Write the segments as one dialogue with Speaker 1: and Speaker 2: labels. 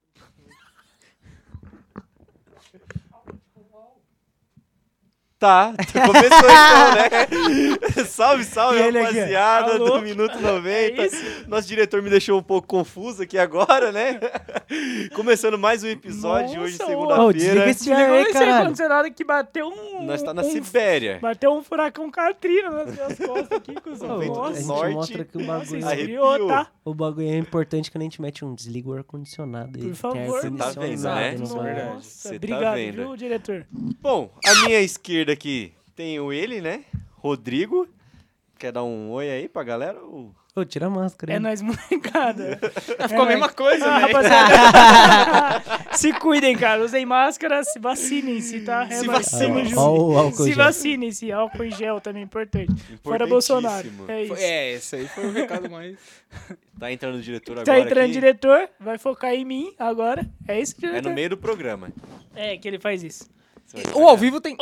Speaker 1: Tá, começou então, né? salve, salve,
Speaker 2: E ele aqui,
Speaker 1: rapaziada
Speaker 3: alô?
Speaker 1: do Minuto 90.
Speaker 3: Tá É isso?
Speaker 1: Nosso diretor me deixou um pouco confuso aqui agora, né? Começando mais um episódio hoje,
Speaker 3: Nossa,
Speaker 2: Ô, desliga
Speaker 1: segunda-feira.
Speaker 2: esse ar aí,
Speaker 3: Esse
Speaker 2: caralho.
Speaker 3: ar-condicionado que bateu um...
Speaker 1: Nós tá na
Speaker 3: um-
Speaker 1: Sibéria.
Speaker 3: Bateu um furacão Katrina nas minhas costas aqui, cuzão.
Speaker 1: Vento do
Speaker 2: Ô, a gente
Speaker 1: norte.
Speaker 2: mostra que o
Speaker 3: Nossa,
Speaker 2: bagulho, é
Speaker 1: Arrepio.
Speaker 3: esfriou, tá?
Speaker 2: o bagulho é importante quando a gente mete um desliga o ar-condicionado.
Speaker 3: Por
Speaker 2: ele
Speaker 3: favor,
Speaker 1: Você
Speaker 2: tem
Speaker 1: tá vendo,
Speaker 2: ar-condicionado
Speaker 1: né?
Speaker 2: no
Speaker 1: Isso é
Speaker 2: bagulho.
Speaker 1: verdade. Você
Speaker 3: Nossa,
Speaker 1: tá
Speaker 3: obrigado,
Speaker 1: vendo.
Speaker 3: viu, diretor?
Speaker 1: Bom, à minha esquerda aqui tem o ele, né? Rodrigo. Quer dar um oi aí pra galera? Ou-
Speaker 2: Ô, tira a máscara.
Speaker 3: É
Speaker 2: hein?
Speaker 3: nóis, molecada.
Speaker 1: É,
Speaker 4: Ficou a mesma coisa,
Speaker 3: Ah,
Speaker 4: né?
Speaker 3: rapaziada. se cuidem, cara. Usem máscara, se vacinem-se, tá? É
Speaker 4: Se
Speaker 3: nóis,
Speaker 4: vacinem.
Speaker 3: tamo
Speaker 4: Ó,
Speaker 3: junto.
Speaker 2: ó o álcool
Speaker 3: se
Speaker 2: gel.
Speaker 3: vacinem-se. Álcool em gel também é importante. Fora Bolsonaro. É isso.
Speaker 4: É, esse aí foi o recado mais.
Speaker 1: Tá entrando o diretor agora
Speaker 3: Tá entrando
Speaker 1: aqui.
Speaker 3: diretor, vai focar em mim agora. É isso, diretor?
Speaker 1: É no meio do programa.
Speaker 3: É, que ele faz isso.
Speaker 1: Você vai
Speaker 4: O ao vivo tem.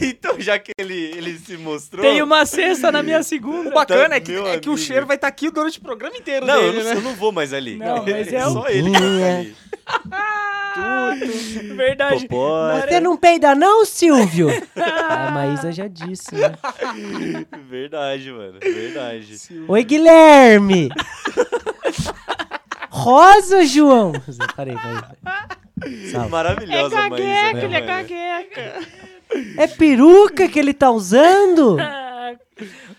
Speaker 1: Então, já que ele, ele se mostrou.
Speaker 3: Tem uma sexta na minha segunda.
Speaker 4: O
Speaker 1: Tá
Speaker 4: bacana é que,
Speaker 1: Meu
Speaker 4: é que o
Speaker 1: amigo.
Speaker 4: cheiro vai estar aqui durante o programa inteiro
Speaker 1: Não, eu
Speaker 4: dele,
Speaker 1: não,
Speaker 4: né?
Speaker 1: eu não vou mais ali.
Speaker 3: Não, mas é o-
Speaker 1: Só ele que vai ali.
Speaker 3: Verdade.
Speaker 1: Popó.
Speaker 2: Você não peida não, Silvio? a Maísa já disse, né?
Speaker 1: Verdade, mano. Verdade.
Speaker 2: Oi, Guilherme! Rosa, João! Parei, vai. Salve.
Speaker 1: Maravilhosa, é Maísa, né, mano?
Speaker 3: cagueca.
Speaker 2: É peruca que ele tá usando?
Speaker 3: Ah,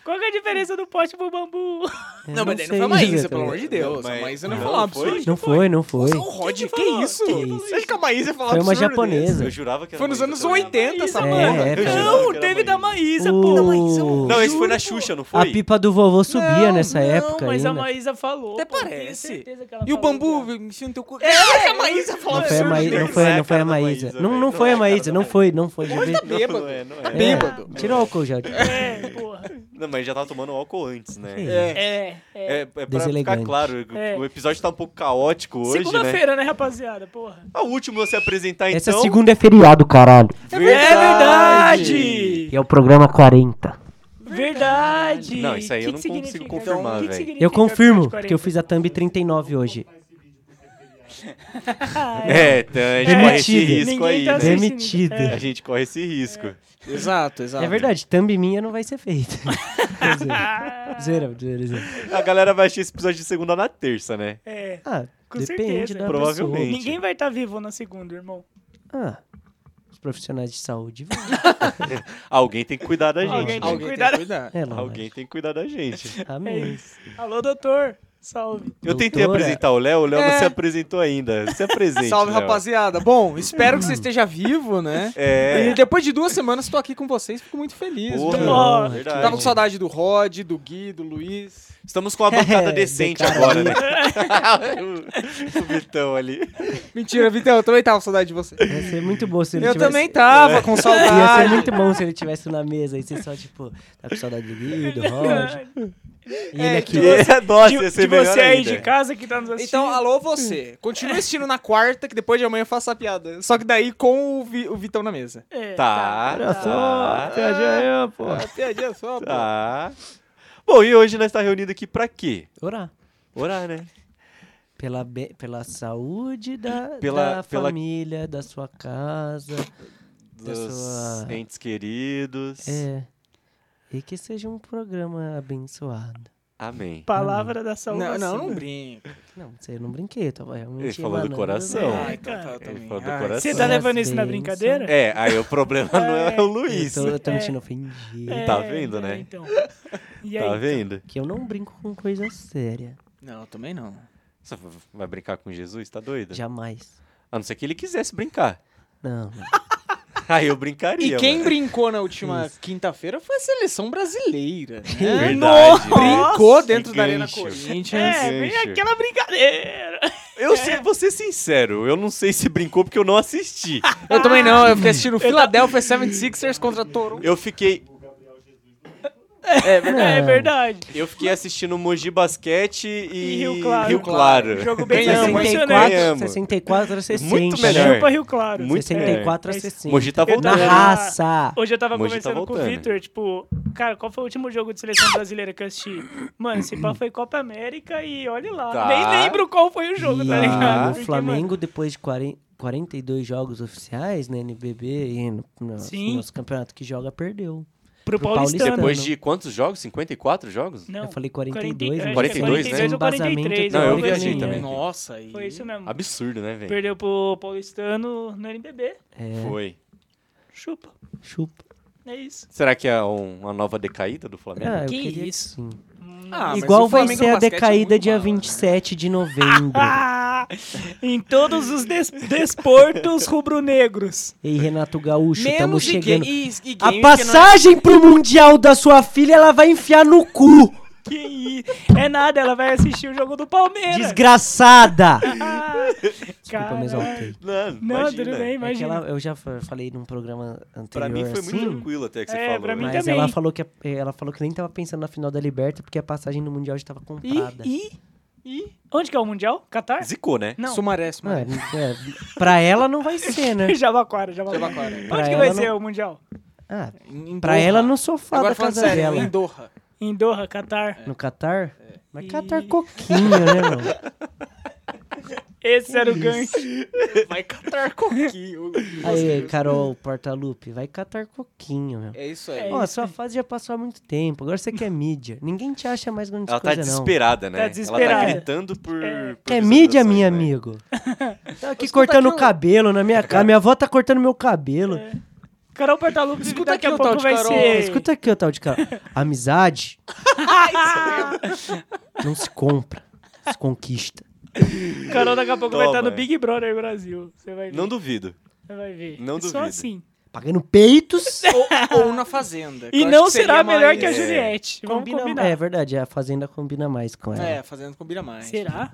Speaker 3: Qual que é a diferença do pote pro bambu?
Speaker 2: Eu
Speaker 4: Não, mas
Speaker 2: sei,
Speaker 4: daí não foi a Maísa,
Speaker 2: diretor.
Speaker 4: pelo amor de Deus.
Speaker 1: Mas-
Speaker 4: a Maísa não
Speaker 1: não,
Speaker 4: falou um
Speaker 1: foi?
Speaker 4: absurdo.
Speaker 2: Não foi, não foi.
Speaker 4: Nossa, o Rod, que, isso?
Speaker 2: Que isso?
Speaker 4: Você acha que a Maísa falou
Speaker 2: Foi uma
Speaker 4: absurdo
Speaker 2: japonesa.
Speaker 1: Eu jurava que era
Speaker 4: Foi nos
Speaker 1: Maísa
Speaker 4: anos
Speaker 1: também. né,
Speaker 4: 80 essa
Speaker 2: É,
Speaker 4: porra.
Speaker 2: é,
Speaker 1: Eu jurava
Speaker 3: Não,
Speaker 1: que era
Speaker 3: teve da Maísa,
Speaker 2: O-
Speaker 3: pô. Da Maísa.
Speaker 1: Não, esse foi na
Speaker 3: Juro, pô.
Speaker 1: Xuxa, não foi?
Speaker 2: A pipa do vovô subia
Speaker 4: Não,
Speaker 2: nessa
Speaker 4: não,
Speaker 2: época
Speaker 3: Mas a
Speaker 2: ainda.
Speaker 3: Maísa falou.
Speaker 4: Até
Speaker 3: pô, eu tenho
Speaker 4: parece.
Speaker 3: certeza que ela
Speaker 4: E o
Speaker 3: falou,
Speaker 4: bambu
Speaker 3: viado.
Speaker 4: mexendo no teu corpo. É, é, a Maísa
Speaker 2: Não foi a
Speaker 4: falou absurdo
Speaker 2: Maísa, não
Speaker 4: dele.
Speaker 2: foi, não
Speaker 1: Não é a
Speaker 2: foi
Speaker 1: cara da
Speaker 2: a Maísa.
Speaker 1: Maísa,
Speaker 2: Não,
Speaker 1: velho.
Speaker 2: não foi a Maísa, não foi, não foi. já vi.
Speaker 4: Tá bêbado.
Speaker 1: Não é, não
Speaker 2: É,
Speaker 1: é.
Speaker 4: bêbado.
Speaker 2: Tira o álcool
Speaker 1: Então?
Speaker 2: já.
Speaker 3: É, porra.
Speaker 1: Não, mas já tava tomando álcool antes, né?
Speaker 2: É.
Speaker 3: É, é.
Speaker 1: É, é pra ficar
Speaker 2: Deselegante.
Speaker 1: claro,
Speaker 3: É.
Speaker 1: o episódio tá um pouco caótico hoje, né?
Speaker 3: Segunda-feira, né? rapaziada? Porra.
Speaker 1: Ah, O último você apresentar, então.
Speaker 2: Essa segunda é feriado, caralho.
Speaker 3: É verdade!
Speaker 2: E é o programa 40.
Speaker 3: Verdade!
Speaker 1: Não, isso aí
Speaker 3: Que
Speaker 1: eu
Speaker 3: que
Speaker 1: não consigo
Speaker 3: significa?
Speaker 1: confirmar,
Speaker 3: O que que
Speaker 1: velho.
Speaker 3: significa
Speaker 2: Eu confirmo,
Speaker 3: episódio
Speaker 2: porque eu fiz a thumb 39 hoje.
Speaker 3: Tá 40?
Speaker 1: É, então a gente corre esse
Speaker 2: Demitida.
Speaker 1: risco aí,
Speaker 3: Ninguém tá
Speaker 1: né?
Speaker 3: assistindo.
Speaker 2: Demitida.
Speaker 1: A gente corre esse risco.
Speaker 4: Exato, exato.
Speaker 2: É verdade, thumb minha não vai ser feita. Zero, zero, zero.
Speaker 1: A galera vai assistir esse episódio de segunda na terça, né?
Speaker 3: É. é.
Speaker 2: Ah,
Speaker 3: Com
Speaker 2: depende
Speaker 3: certeza.
Speaker 2: da
Speaker 1: Provavelmente.
Speaker 3: Ninguém vai estar vivo na segunda, irmão.
Speaker 2: pessoa. Ah, os profissionais de saúde. vão.
Speaker 1: Alguém tem que cuidar da gente.
Speaker 3: Alguém
Speaker 1: né?
Speaker 3: tem
Speaker 4: Alguém
Speaker 3: Cuidado.
Speaker 4: tem que cuidar.
Speaker 2: É, lógico.
Speaker 1: Alguém tem que cuidar da gente.
Speaker 3: É
Speaker 2: Amém.
Speaker 3: isso. Alô, doutor. Salve.
Speaker 1: Eu tentei
Speaker 2: Doutora.
Speaker 1: apresentar o Léo, o Léo não
Speaker 4: É.
Speaker 1: se apresentou ainda. Se apresente.
Speaker 4: Salve,
Speaker 1: Léo.
Speaker 4: rapaziada. Bom, espero que você esteja vivo, né?
Speaker 1: É.
Speaker 4: E depois de duas semanas tô aqui com vocês, fico muito feliz.
Speaker 1: Porra,
Speaker 4: viu?
Speaker 3: Ó,
Speaker 1: verdade.
Speaker 4: Tava com saudade do Rod, do Gui, do Luiz.
Speaker 1: Estamos com uma bancada
Speaker 2: É,
Speaker 1: decente
Speaker 2: do cara
Speaker 1: agora, né? o o Vitão ali.
Speaker 4: Mentira, Vitão, eu também tava com saudade de você.
Speaker 2: Ia ser muito bom se ele
Speaker 4: Eu
Speaker 2: tivesse...
Speaker 4: também tava
Speaker 1: É.
Speaker 4: com
Speaker 2: Ia ser
Speaker 4: saudade.
Speaker 2: muito bom se ele tivesse na mesa e você só, tipo, tá com saudade do Gui, do Roger. E ele aqui.
Speaker 1: É, Nossa, ia
Speaker 3: de,
Speaker 1: ser
Speaker 3: de
Speaker 1: Assim, melhor
Speaker 3: você aí
Speaker 1: ainda.
Speaker 3: de casa que tá nos assistindo.
Speaker 4: Então, alô você. Continua assistindo na quarta, que depois de amanhã eu faço a piada. Só que daí com o, Vi- o Vitão na mesa.
Speaker 3: É,
Speaker 1: Tá,
Speaker 2: Olha só,
Speaker 1: tá,
Speaker 2: piadinha aí, pô.
Speaker 4: A piadinha só, pô.
Speaker 1: tá. Bom, e hoje nós estamos reunidos aqui pra quê?
Speaker 2: Orar.
Speaker 1: Orar, né?
Speaker 2: Pela, be- pela saúde da,
Speaker 1: Pela-
Speaker 2: da
Speaker 1: pela-
Speaker 2: família, da sua casa. Da
Speaker 1: Dos
Speaker 2: sua-
Speaker 1: entes queridos.
Speaker 2: É. E que seja um programa abençoado.
Speaker 1: Amém.
Speaker 3: Palavra da assim.
Speaker 4: Não,
Speaker 3: salvação.
Speaker 4: não, não brinco.
Speaker 2: Não, você não brinquei, eu tava realmente.
Speaker 1: Ele falou do
Speaker 2: emanando,
Speaker 1: coração.
Speaker 2: né?
Speaker 4: Ah, então tá, eu
Speaker 1: Ele
Speaker 4: também.
Speaker 1: falou do
Speaker 4: Ah,
Speaker 1: coração.
Speaker 3: Você
Speaker 2: Essas
Speaker 3: tá levando isso na
Speaker 2: bênçãos.
Speaker 3: brincadeira?
Speaker 1: É, aí o problema não é o Luiz.
Speaker 2: Eu tô, eu tô
Speaker 3: É.
Speaker 2: me sentindo ofendido.
Speaker 3: É,
Speaker 1: tá vendo, né?
Speaker 3: Então. E aí? então?
Speaker 1: Tá vendo?
Speaker 2: Que eu não brinco com coisa séria.
Speaker 4: Não, também não.
Speaker 1: Você vai brincar com Jesus? Tá doido?
Speaker 2: Jamais.
Speaker 1: A não ser que ele quisesse brincar.
Speaker 2: Não.
Speaker 1: Aí eu
Speaker 4: E
Speaker 1: brincaria.
Speaker 4: quem
Speaker 1: mano.
Speaker 4: brincou na última quinta-feira foi a seleção brasileira.
Speaker 3: É
Speaker 4: né?
Speaker 1: Verdade.
Speaker 4: Brincou
Speaker 1: Nossa,
Speaker 4: dentro
Speaker 1: que
Speaker 4: da Arena
Speaker 1: gancho.
Speaker 4: Corinthians.
Speaker 3: É, vem
Speaker 1: Gente.
Speaker 3: aquela brincadeira. É.
Speaker 1: Eu sei, vou ser sincero, eu não sei se brincou porque eu não assisti.
Speaker 4: Eu também não, eu fiquei assistindo o Philadelphia 76ers contra Toronto.
Speaker 1: Eu fiquei. É verdade.
Speaker 3: É verdade.
Speaker 1: Eu fiquei assistindo Mogi Basquete e,
Speaker 3: E Rio Claro. Um
Speaker 1: Rio Claro.
Speaker 3: Jogo bem
Speaker 1: Ganhamos.
Speaker 3: emocionante.
Speaker 2: 64,
Speaker 1: Ganhamos.
Speaker 2: 64 a 60.
Speaker 1: Muito melhor.
Speaker 3: Chupa Rio Claro.
Speaker 1: Muito
Speaker 2: 64 a
Speaker 3: melhor.
Speaker 2: 60.
Speaker 1: Mogi tá
Speaker 3: Eu
Speaker 2: Na
Speaker 3: tava-
Speaker 1: voltando.
Speaker 2: raça.
Speaker 3: Hoje eu tava
Speaker 1: Mogi tá
Speaker 3: conversando com o
Speaker 1: voltando.
Speaker 3: Vitor, tipo, cara, qual foi o último jogo de seleção brasileira que eu assisti? Mano, esse pá foi Copa América e olha lá.
Speaker 1: Tá.
Speaker 3: Nem lembro qual foi o jogo, tá
Speaker 1: Lá.
Speaker 3: ligado?
Speaker 2: O
Speaker 3: Porque,
Speaker 2: Flamengo, depois de 40 42 jogos oficiais né, na NBB e no, no-
Speaker 3: Sim.
Speaker 2: nos campeonatos que joga, perdeu.
Speaker 3: mano, pro,
Speaker 2: pro
Speaker 3: Paulistano.
Speaker 2: Paulistano.
Speaker 1: Depois de quantos jogos? 54 jogos?
Speaker 3: Não,
Speaker 2: eu falei
Speaker 3: 42,
Speaker 2: 42, né?
Speaker 1: 42,
Speaker 3: ou 43,
Speaker 1: Não, eu
Speaker 3: alguma coisa
Speaker 1: viajei
Speaker 3: assim,
Speaker 1: também.
Speaker 3: né?
Speaker 4: Nossa, e...
Speaker 3: Foi isso mesmo.
Speaker 1: Absurdo, né, velho?
Speaker 3: Perdeu pro Paulistano no NBB.
Speaker 2: É,
Speaker 1: Foi.
Speaker 3: Chupa.
Speaker 2: chupa.
Speaker 3: É isso.
Speaker 1: Será que é um- uma nova decaída do Flamengo?
Speaker 2: Ah, eu
Speaker 3: Que
Speaker 2: queria
Speaker 3: isso?
Speaker 2: Que sim.
Speaker 4: Ah, mas
Speaker 2: Igual
Speaker 4: o
Speaker 2: vai
Speaker 4: Flamengo
Speaker 2: ser
Speaker 4: no
Speaker 2: a
Speaker 4: basquete é
Speaker 2: decaída
Speaker 4: muito
Speaker 2: dia
Speaker 4: bala, né?
Speaker 2: 27 de novembro.
Speaker 3: Ah, em todos os des- desportos rubro-negros.
Speaker 2: Ei, Renato Gaúcho, estamos
Speaker 4: e
Speaker 2: chegando.
Speaker 4: e, e
Speaker 2: A
Speaker 4: game
Speaker 2: passagem pro Mundial da sua filha, ela vai enfiar no cu,
Speaker 3: Que i- É nada, ela vai assistir o jogo do Palmeiras.
Speaker 2: desgraçada!
Speaker 3: Ah,
Speaker 2: Desculpa, é me exaltei.
Speaker 1: Não,
Speaker 3: Não, tudo bem,
Speaker 2: É que
Speaker 3: imagina.
Speaker 2: ela- eu já fa- falei num programa anterior
Speaker 1: Pra mim foi
Speaker 2: assim,
Speaker 1: muito tranquilo até que você
Speaker 3: É,
Speaker 1: falou.
Speaker 3: pra mim
Speaker 1: né?
Speaker 2: Mas
Speaker 3: também.
Speaker 2: ela falou, que, ela falou que nem tava pensando na final da Liberta, porque a passagem no Mundial já tava comprada.
Speaker 4: E, e, e...
Speaker 3: Onde que é o Mundial? Catar?
Speaker 1: Zicou, né?
Speaker 3: Não.
Speaker 4: Sumaré, Sumaré.
Speaker 2: Mano, é, pra ela não vai ser, né?
Speaker 3: Jabaquara, Jabaquara.
Speaker 4: Jabaquara.
Speaker 2: Pra
Speaker 3: Onde que
Speaker 2: ela
Speaker 3: vai
Speaker 2: não-
Speaker 3: ser o Mundial?
Speaker 2: Ah,
Speaker 4: Em
Speaker 2: pra
Speaker 4: Doha.
Speaker 2: ela no sofá
Speaker 4: Agora
Speaker 2: da
Speaker 4: falando
Speaker 2: casa
Speaker 4: sério,
Speaker 2: dela.
Speaker 1: né?
Speaker 4: em Doha.
Speaker 3: Em Doha, Catar.
Speaker 2: No Catar?
Speaker 1: É.
Speaker 2: Mas
Speaker 3: E-
Speaker 2: Catar coquinho, né, mano?
Speaker 3: Esse era o gancho.
Speaker 4: Vai catar coquinho.
Speaker 2: Aí, Carol Portalupe, vai Catar coquinho, meu.
Speaker 4: É isso
Speaker 3: É
Speaker 4: aí.
Speaker 2: Ó, a sua fase já passou há muito tempo, agora você quer mídia. Ninguém te acha mais grande
Speaker 1: Ela tá
Speaker 2: coisa, não.
Speaker 1: desesperada, né?
Speaker 3: Tá
Speaker 1: Ela
Speaker 3: desesperada. É.
Speaker 1: tá gritando por. por
Speaker 2: Quer É mídia,
Speaker 1: visualizações,
Speaker 2: minha
Speaker 1: né?
Speaker 2: amigo?
Speaker 3: Então,
Speaker 2: Tá aqui
Speaker 4: Escuta
Speaker 2: cortando
Speaker 3: um-
Speaker 4: aqui,
Speaker 2: o cabelo na minha cara. Minha avó tá cortando meu cabelo.
Speaker 3: É. Carol Portalupe,
Speaker 4: Escuta
Speaker 3: daqui
Speaker 4: aqui
Speaker 3: a
Speaker 4: o tal
Speaker 3: pouco
Speaker 4: de
Speaker 3: vai
Speaker 4: Carol.
Speaker 3: ser...
Speaker 2: Escuta aqui, ô tal de cara. Amizade não se compra, se conquista.
Speaker 3: Carol daqui a pouco vai
Speaker 1: Toma.
Speaker 3: estar no Big Brother Brasil. Você vai ver.
Speaker 1: Não duvido.
Speaker 3: Você vai ver.
Speaker 1: não
Speaker 3: É Só
Speaker 1: duvido.
Speaker 3: assim.
Speaker 2: Pagando peitos.
Speaker 4: Ou, ou na fazenda. que
Speaker 3: E
Speaker 4: eu acho
Speaker 3: não
Speaker 4: que
Speaker 3: será
Speaker 4: seria
Speaker 3: melhor
Speaker 4: mais-
Speaker 3: que a
Speaker 1: É.
Speaker 3: Juliette. Vamos
Speaker 2: Combina-
Speaker 3: combinar.
Speaker 2: É verdade, a Fazenda combina mais com ela.
Speaker 4: É,
Speaker 2: É,
Speaker 4: a fazenda combina mais.
Speaker 3: Será?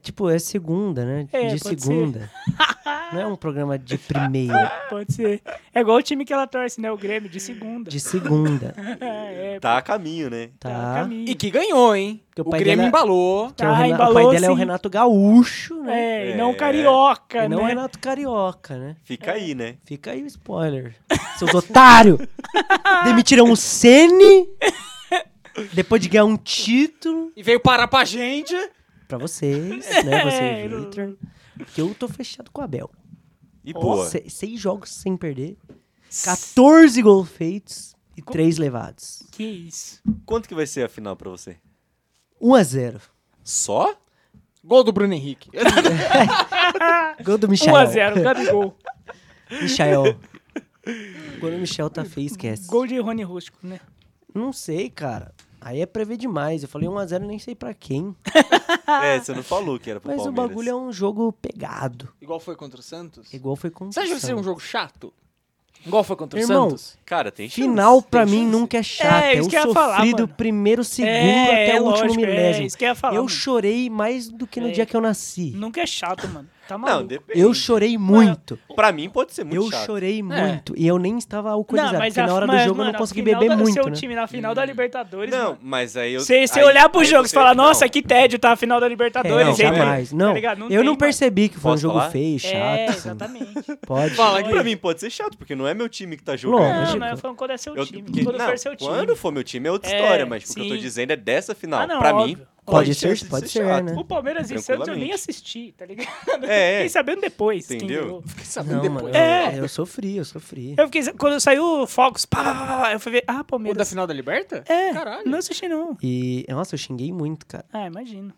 Speaker 2: tipo, é segunda, né?
Speaker 3: É,
Speaker 2: de
Speaker 3: pode ser.
Speaker 2: segunda. Não é um programa de primeira,
Speaker 3: Pode ser. É igual o time que ela torce, né? O Grêmio, de segunda.
Speaker 2: de segunda.
Speaker 3: É, é,
Speaker 1: Tá a caminho, né?
Speaker 3: tá a
Speaker 2: Tá?
Speaker 3: caminho.
Speaker 4: E que ganhou, hein?
Speaker 2: Que o
Speaker 4: o
Speaker 2: pai
Speaker 4: Grêmio
Speaker 2: dela-
Speaker 4: embalou.
Speaker 2: Que é o
Speaker 3: Tá,
Speaker 2: Renato- o pai
Speaker 3: embalou,
Speaker 2: dela é o
Speaker 3: sim.
Speaker 2: Renato Gaúcho, né?
Speaker 3: É, e não
Speaker 1: É.
Speaker 3: carioca,
Speaker 2: e não é o
Speaker 3: né?
Speaker 2: Renato Carioca, né?
Speaker 3: É.
Speaker 1: Fica aí, né?
Speaker 2: Fica aí o spoiler. Seus otários! Demitiram o Sene depois de ganhar um título
Speaker 4: E veio parar pra gente.
Speaker 2: pra vocês, né? Você
Speaker 3: É,
Speaker 2: e o Victor. Porque eu tô fechado com o Abel.
Speaker 1: E boa.
Speaker 2: Se- seis jogos sem perder, 14 gols feitos e três levados.
Speaker 3: Que isso.
Speaker 1: Quanto que vai ser a final pra você?
Speaker 2: 1 a 0
Speaker 1: Só?
Speaker 4: Gol do Bruno Henrique.
Speaker 2: Gol do Michel.
Speaker 3: 1x0, Gabigol.
Speaker 2: Michel. Quando o Michel tá feio, esquece.
Speaker 3: Gol de Rony Rústico, né?
Speaker 2: Não sei, cara. Aí é prever demais. Eu falei 1x0, nem sei pra quem.
Speaker 1: É, você não falou que era pro
Speaker 2: Ah. Mas o
Speaker 1: Palmeiras.
Speaker 2: bagulho é um jogo pegado.
Speaker 4: Igual foi contra o Santos.
Speaker 2: Igual foi com o
Speaker 4: Você acha que vai ser um
Speaker 2: Santos.
Speaker 4: jogo chato? Igual foi contra
Speaker 2: Irmão,
Speaker 4: o Santos?
Speaker 1: Cara, tem chance.
Speaker 2: Final pra
Speaker 4: tem
Speaker 2: mim
Speaker 4: chance.
Speaker 2: nunca é chato.
Speaker 3: É,
Speaker 2: É, eu
Speaker 3: isso que eu ia
Speaker 2: sofri
Speaker 3: falar,
Speaker 2: do
Speaker 3: mano.
Speaker 2: primeiro, segundo
Speaker 3: é,
Speaker 2: até
Speaker 3: é
Speaker 2: o último
Speaker 3: lógico, É,
Speaker 2: milésimo.
Speaker 3: isso que eu ia falar.
Speaker 2: eu
Speaker 3: mano.
Speaker 2: chorei mais do que no
Speaker 3: É.
Speaker 2: dia que eu nasci.
Speaker 3: Nunca é chato, mano. Tá maluco.
Speaker 1: Não, depende.
Speaker 2: Eu chorei muito.
Speaker 1: Pra mim pode ser muito
Speaker 2: Eu
Speaker 1: chato.
Speaker 2: chorei muito. E eu nem estava alcoolizado. porque
Speaker 3: a-
Speaker 2: na hora
Speaker 3: É. mas,
Speaker 2: do jogo eu
Speaker 3: mano,
Speaker 2: não
Speaker 3: a
Speaker 2: consegui
Speaker 3: final
Speaker 2: beber
Speaker 3: da-
Speaker 2: muito,
Speaker 3: seu
Speaker 2: né?
Speaker 3: time na final da Libertadores,
Speaker 1: Hum. Não,
Speaker 3: mano.
Speaker 1: mas aí eu.
Speaker 3: Você você
Speaker 1: aí-
Speaker 3: olhar pro
Speaker 1: aí
Speaker 3: jogo e
Speaker 1: você- é
Speaker 3: falar, nossa,
Speaker 1: não,
Speaker 3: que tédio tá a final da Libertadores.
Speaker 2: É, não,
Speaker 3: hein, cara?"
Speaker 2: jamais. Não,
Speaker 3: Tá ligado?
Speaker 2: eu
Speaker 3: tem,
Speaker 2: não
Speaker 3: mano.
Speaker 2: percebi que foi um
Speaker 1: Posso
Speaker 2: jogo
Speaker 1: falar?
Speaker 2: feio, chato.
Speaker 3: É,
Speaker 2: assim.
Speaker 3: exatamente.
Speaker 2: Pode.
Speaker 4: Fala, Gui.
Speaker 1: É Pra mim pode ser chato, porque não é meu time que tá jogando.
Speaker 2: Lógico.
Speaker 3: não,
Speaker 2: Lógico.
Speaker 3: mas eu falando quando é seu
Speaker 1: Eu-
Speaker 3: time.
Speaker 1: porque-
Speaker 3: quando
Speaker 1: não,
Speaker 3: for seu time.
Speaker 1: Quando for meu time é outra
Speaker 3: É,
Speaker 1: história, mas o que eu tô
Speaker 3: sim.
Speaker 1: dizendo é dessa final.
Speaker 3: Ah, não,
Speaker 1: pra
Speaker 3: óbvio.
Speaker 1: mim,
Speaker 2: Pode
Speaker 1: tem
Speaker 2: ser,
Speaker 1: chance de
Speaker 2: pode ser,
Speaker 1: chato.
Speaker 2: né?
Speaker 3: O Palmeiras e Santos eu nem
Speaker 1: Tranquilamente.
Speaker 3: assisti, tá ligado?
Speaker 1: É, é.
Speaker 3: Fiquei sabendo depois. quem
Speaker 1: Entendeu?
Speaker 3: ganhou.
Speaker 4: Fiquei sabendo
Speaker 2: Não,
Speaker 4: depois.
Speaker 2: mano, eu,
Speaker 3: É.
Speaker 2: eu sofri, eu sofri.
Speaker 3: Eu fiquei. Quando saiu o Focus, pá, pá, pá, pá, eu fui ver. Ah,
Speaker 4: O da
Speaker 3: Palmeiras.
Speaker 4: final da Liberta?
Speaker 3: É,
Speaker 4: Caralho.
Speaker 3: não assisti não.
Speaker 2: E, nossa, eu xinguei muito, cara.
Speaker 3: Ah, imagino.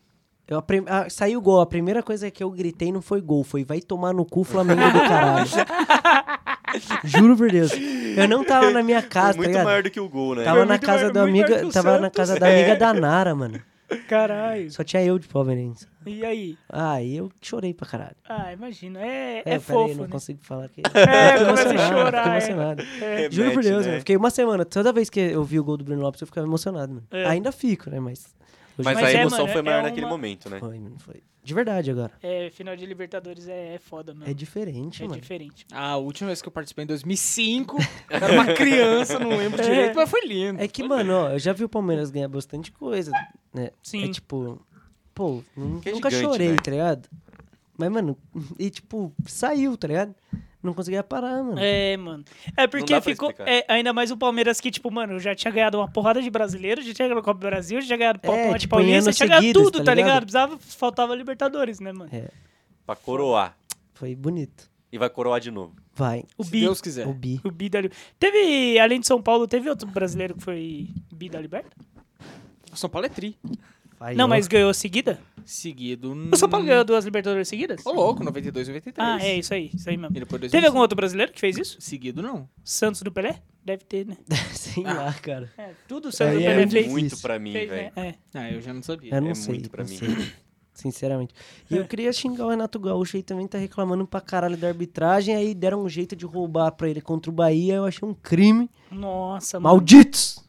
Speaker 2: Eu, a prim- ah, saiu gol. A primeira coisa que eu gritei não foi gol, foi vai tomar no cu Flamengo do caralho. Juro por Deus. Eu não tava na minha casa,
Speaker 1: Foi muito
Speaker 2: tá ligado? Tá.
Speaker 1: maior do que o gol, né?
Speaker 2: Tava
Speaker 3: Foi
Speaker 2: na
Speaker 3: muito
Speaker 2: casa
Speaker 3: maior-
Speaker 2: do
Speaker 3: muito maior que
Speaker 2: amiga,
Speaker 3: o
Speaker 2: tava na
Speaker 3: Santos. É.
Speaker 2: casa da amiga da Nara, mano.
Speaker 3: Caralho.
Speaker 2: Só tinha eu de palmeirense.
Speaker 3: E aí?
Speaker 2: Aí eu chorei pra caralho.
Speaker 3: Ah, imagino. É, é,
Speaker 2: peraí,
Speaker 3: fofo,
Speaker 2: não
Speaker 3: né?
Speaker 2: consigo falar que.
Speaker 3: É, começa a
Speaker 2: Fiquei emocionado,
Speaker 3: chorar,
Speaker 2: Fiquei
Speaker 3: é.
Speaker 2: emocionado.
Speaker 3: É.
Speaker 1: Remete,
Speaker 2: Juro por Deus,
Speaker 1: né?
Speaker 2: mano. Fiquei uma semana. Toda vez que eu vi o gol do Bruno Lopes, eu ficava emocionado, mano.
Speaker 3: É.
Speaker 2: Ainda fico, né? Mas.
Speaker 1: Mas,
Speaker 3: Mas
Speaker 1: a
Speaker 3: é,
Speaker 1: emoção
Speaker 3: mano,
Speaker 1: foi
Speaker 3: é
Speaker 1: maior
Speaker 3: uma-
Speaker 1: naquele momento, né?
Speaker 2: Foi, mano, foi. De verdade agora.
Speaker 3: É, final de Libertadores é, é foda, mano.
Speaker 2: É diferente,
Speaker 3: É
Speaker 2: mano.
Speaker 3: diferente.
Speaker 4: Ah, A última vez que eu participei em 2005, era uma criança, não
Speaker 3: É.
Speaker 4: lembro direito, mas foi lindo.
Speaker 2: É que, mano, ó, eu já vi o Palmeiras ganhar bastante coisa, né?
Speaker 3: Sim.
Speaker 2: É tipo, pô, nun-
Speaker 1: Que é
Speaker 2: nunca
Speaker 1: gigante,
Speaker 2: chorei,
Speaker 1: né?
Speaker 2: tá ligado? Mas, mano, e tipo, saiu, tá ligado? Não conseguia parar, mano.
Speaker 3: É, mano. É porque
Speaker 1: dá pra
Speaker 3: ficou.
Speaker 1: explicar.
Speaker 3: é, ainda mais o Palmeiras que, tipo, mano, já tinha ganhado uma porrada de brasileiros, já tinha ganhado Copa do Brasil, já tinha ganhado
Speaker 2: É,
Speaker 3: Palmeiras,
Speaker 2: tipo, em
Speaker 3: Palmeiras, já
Speaker 2: anos
Speaker 3: tinha ganhado
Speaker 2: seguidos,
Speaker 3: tudo,
Speaker 2: tá
Speaker 3: tá ligado?
Speaker 2: ligado?
Speaker 3: Precisava, faltava Libertadores, né, mano?
Speaker 2: É.
Speaker 1: Pra coroar.
Speaker 2: Foi bonito.
Speaker 1: E vai coroar de novo.
Speaker 2: Vai,
Speaker 3: O
Speaker 4: Se
Speaker 3: Bi.
Speaker 4: Deus
Speaker 1: é.
Speaker 4: quiser.
Speaker 2: o Bi.
Speaker 3: O Bi da Li- Teve, além de São Paulo, teve outro brasileiro que foi Bi da Liberta?
Speaker 4: O São Paulo é tri.
Speaker 2: Vai,
Speaker 3: Não,
Speaker 2: ó. Hum.
Speaker 3: mas ganhou seguida?
Speaker 4: Seguido.
Speaker 3: O São Paulo ganhou duas Libertadores seguidas?
Speaker 4: Ô, louco, 92 93.
Speaker 3: Ah, é isso aí, isso aí mesmo.
Speaker 4: E depois
Speaker 3: Teve
Speaker 4: 2005.
Speaker 3: algum outro brasileiro que fez isso?
Speaker 4: Seguido, não.
Speaker 3: Santos do Pelé? Deve ter, né?
Speaker 2: Sei
Speaker 1: Ah.
Speaker 2: lá, cara.
Speaker 3: É, tudo o Santos
Speaker 2: Aí
Speaker 3: do
Speaker 2: é
Speaker 3: Pelé
Speaker 2: muito
Speaker 3: fez.
Speaker 2: difícil.
Speaker 1: Muito pra mim,
Speaker 3: fez,
Speaker 1: velho.
Speaker 3: né? É.
Speaker 4: Ah, eu já não sabia.
Speaker 2: Eu não
Speaker 1: É
Speaker 2: sei.
Speaker 1: muito pra
Speaker 2: não
Speaker 1: mim.
Speaker 2: sei. Sinceramente. E
Speaker 3: É.
Speaker 2: eu queria xingar o Renato Gaúcho aí também, tá reclamando pra caralho da arbitragem. Aí deram um jeito de roubar pra ele contra o Bahia. Eu achei um crime.
Speaker 3: Nossa, mano.
Speaker 2: Malditos!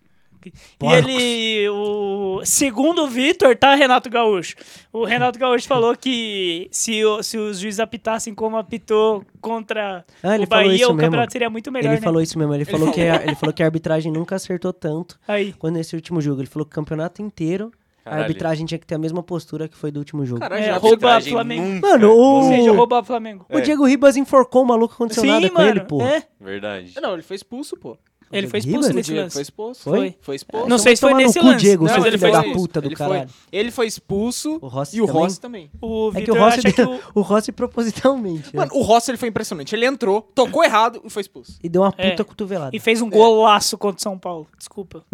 Speaker 3: E ele, o segundo o Vitor, tá, Renato Gaúcho? O Renato Gaúcho falou que se, o- se os juízes apitassem como apitou contra
Speaker 2: Ah, ele
Speaker 3: o
Speaker 2: falou
Speaker 3: Bahia,
Speaker 2: isso
Speaker 3: o
Speaker 2: mesmo.
Speaker 3: campeonato seria muito melhor,
Speaker 2: Ele
Speaker 3: né?
Speaker 2: falou isso mesmo. Ele falou,
Speaker 4: falou.
Speaker 2: que a, ele falou que a arbitragem nunca acertou tanto.
Speaker 3: Aí.
Speaker 2: Quando nesse último jogo, ele falou que o campeonato inteiro, a
Speaker 1: Caralho.
Speaker 2: arbitragem tinha que ter a mesma postura que foi do último jogo.
Speaker 4: Caralho,
Speaker 3: É,
Speaker 4: já
Speaker 3: rouba-
Speaker 1: Arbitragem
Speaker 3: Flamengo.
Speaker 1: nunca-
Speaker 2: Mano, o-
Speaker 3: Ou
Speaker 1: Nossa,
Speaker 3: seja, roubar o Flamengo.
Speaker 2: O Diego Ribas enforcou o maluco, aconteceu nada com ele, pô.
Speaker 3: É.
Speaker 1: Verdade.
Speaker 4: Não, ele foi expulso, pô.
Speaker 3: Ele foi
Speaker 2: Ribas?
Speaker 3: expulso
Speaker 2: O
Speaker 4: O
Speaker 3: nesse
Speaker 4: Diego
Speaker 3: lance.
Speaker 4: foi expulso.
Speaker 2: Foi?
Speaker 4: Foi expulso.
Speaker 3: Não sei se foi
Speaker 2: Tomar no
Speaker 3: nesse
Speaker 2: cu,
Speaker 3: lance.
Speaker 2: Diego,
Speaker 3: não,
Speaker 2: seu
Speaker 3: mas ele foi
Speaker 2: filho da
Speaker 3: expulso.
Speaker 2: puta do
Speaker 4: ele
Speaker 2: caralho.
Speaker 4: Foi, ele foi expulso
Speaker 2: O Rossi
Speaker 4: e o
Speaker 2: também?
Speaker 4: Rossi também.
Speaker 3: O
Speaker 2: É que o
Speaker 3: Vitor
Speaker 2: Rossi,
Speaker 3: acha que o...
Speaker 2: o Rossi propositalmente. né?
Speaker 4: Mano, o Rossi ele foi impressionante. Ele entrou, tocou errado e foi expulso.
Speaker 2: e deu uma puta
Speaker 3: É.
Speaker 2: cotovelada.
Speaker 3: E fez um golaço contra o São Paulo. Desculpa.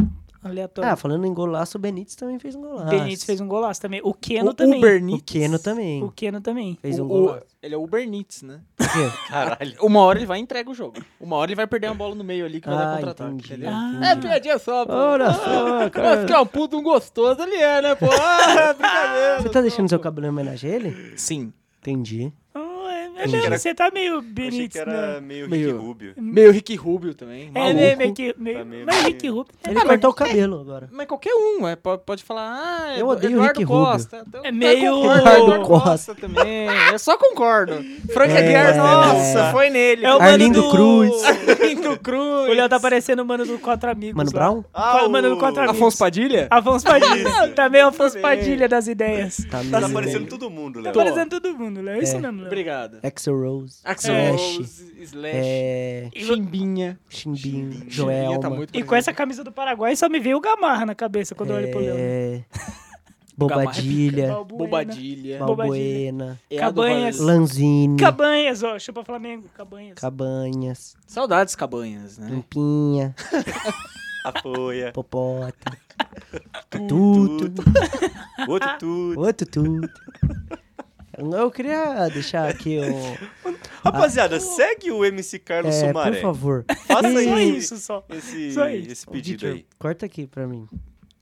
Speaker 3: Aleatório.
Speaker 2: Ah, falando em golaço, o Benítez também fez um golaço.
Speaker 3: o Benítez fez um golaço também. O Keno
Speaker 4: o
Speaker 3: também.
Speaker 4: Uber
Speaker 2: O
Speaker 4: Nitz.
Speaker 2: Keno também.
Speaker 3: O Keno também.
Speaker 2: Fez um
Speaker 4: O-
Speaker 2: golaço.
Speaker 4: o- ele é o Uber Nitz, né?
Speaker 2: Por quê?
Speaker 1: Caralho.
Speaker 4: Uma hora ele vai e entrega o jogo. Uma hora ele vai perder uma bola no meio ali que vai
Speaker 2: Ah,
Speaker 4: dar contra-ataque,
Speaker 2: entendi.
Speaker 4: entendeu?
Speaker 3: Ah.
Speaker 4: É piadinha só, pô.
Speaker 2: Olha só,
Speaker 4: Mas que
Speaker 2: cara.
Speaker 4: é um puto, um gostoso ele é, né, pô? Ah, brincadeira.
Speaker 2: Você tá deixando seu cabelo em homenagem a ele?
Speaker 4: Sim.
Speaker 2: Entendi.
Speaker 3: Ah, é
Speaker 1: Achei
Speaker 3: mesmo,
Speaker 1: que era-
Speaker 3: Você tá meio
Speaker 1: Eu Achei
Speaker 3: Benítez,
Speaker 1: que era
Speaker 3: né?
Speaker 1: meio Rick
Speaker 4: Meio-
Speaker 1: Rubio.
Speaker 4: Meio Rick Rubio também.
Speaker 3: É
Speaker 4: maluco.
Speaker 3: mesmo, é que meio...
Speaker 1: Tá meio-
Speaker 3: É, Mas Rick Rubio...
Speaker 2: Ele
Speaker 4: Ah, mas-
Speaker 2: cortou o cabelo agora.
Speaker 4: Mas qualquer um, é, po- pode falar, ah,
Speaker 2: Eu
Speaker 4: Edu-
Speaker 2: odeio o
Speaker 4: Eduardo
Speaker 2: Rick Rubio.
Speaker 4: Costa. Então,
Speaker 3: É
Speaker 4: tá
Speaker 3: meio-
Speaker 4: concordo,
Speaker 2: Eduardo
Speaker 4: Eduardo
Speaker 2: Costa.
Speaker 4: Costa também. Eu só concordo. Frank
Speaker 2: É,
Speaker 4: Aguiar,
Speaker 2: é,
Speaker 4: nossa,
Speaker 2: é.
Speaker 4: foi nele.
Speaker 3: É o mano
Speaker 2: Arlindo
Speaker 3: do-
Speaker 2: Cruz.
Speaker 4: Pinto Cruz.
Speaker 3: O Léo tá parecendo o mano do Quatro Amigos.
Speaker 2: Mano
Speaker 3: lá.
Speaker 2: Brown?
Speaker 1: Ah,
Speaker 3: o mano do
Speaker 1: o-
Speaker 3: Quatro Amigos.
Speaker 4: Afonso Padilha?
Speaker 3: Afonso Padilha. tá meio Afonso
Speaker 4: Também.
Speaker 3: Padilha das ideias.
Speaker 2: Tá
Speaker 1: Tá
Speaker 2: meio-
Speaker 1: aparecendo todo mundo,
Speaker 3: Tá
Speaker 1: Léo.
Speaker 3: parecendo todo mundo, Léo. É isso
Speaker 2: É.
Speaker 3: mesmo, Léo.
Speaker 4: Obrigado.
Speaker 2: Axel Rose.
Speaker 4: Axel
Speaker 2: É.
Speaker 4: Rose, Slash,
Speaker 2: É.
Speaker 4: Chimbinha.
Speaker 2: Chimbinho.
Speaker 4: Chimbinha
Speaker 2: Joelma.
Speaker 4: tá muito
Speaker 3: E com
Speaker 4: presente.
Speaker 3: essa camisa do Paraguai só me veio o Gamarra na cabeça quando eu olho pro Léo.
Speaker 2: É. Bobadilha.
Speaker 3: Balbuena. Bobadilha.
Speaker 4: Bobadilha.
Speaker 2: Balbuena.
Speaker 4: É a do
Speaker 3: Cabanhas.
Speaker 4: Vale-
Speaker 2: Lanzini.
Speaker 3: Cabanhas, ó. Chupa Flamengo. Cabanhas.
Speaker 2: Cabanhas.
Speaker 4: Saudades cabanhas, né?
Speaker 2: Limpinha.
Speaker 1: Apoia.
Speaker 2: Popota. Tuto. Ah.
Speaker 1: Outro tudo.
Speaker 2: Outro tudo. Eu queria deixar aqui o.
Speaker 1: Rapaziada, segue o MC Carlos
Speaker 2: Ah. É, por
Speaker 1: Sumaré.
Speaker 2: favor.
Speaker 1: Faça
Speaker 3: Só
Speaker 1: aí.
Speaker 3: isso, só.
Speaker 1: Esse,
Speaker 3: Só isso.
Speaker 1: esse
Speaker 2: Ô,
Speaker 1: pedido
Speaker 2: Vitor,
Speaker 1: aí.
Speaker 2: Corta aqui pra mim.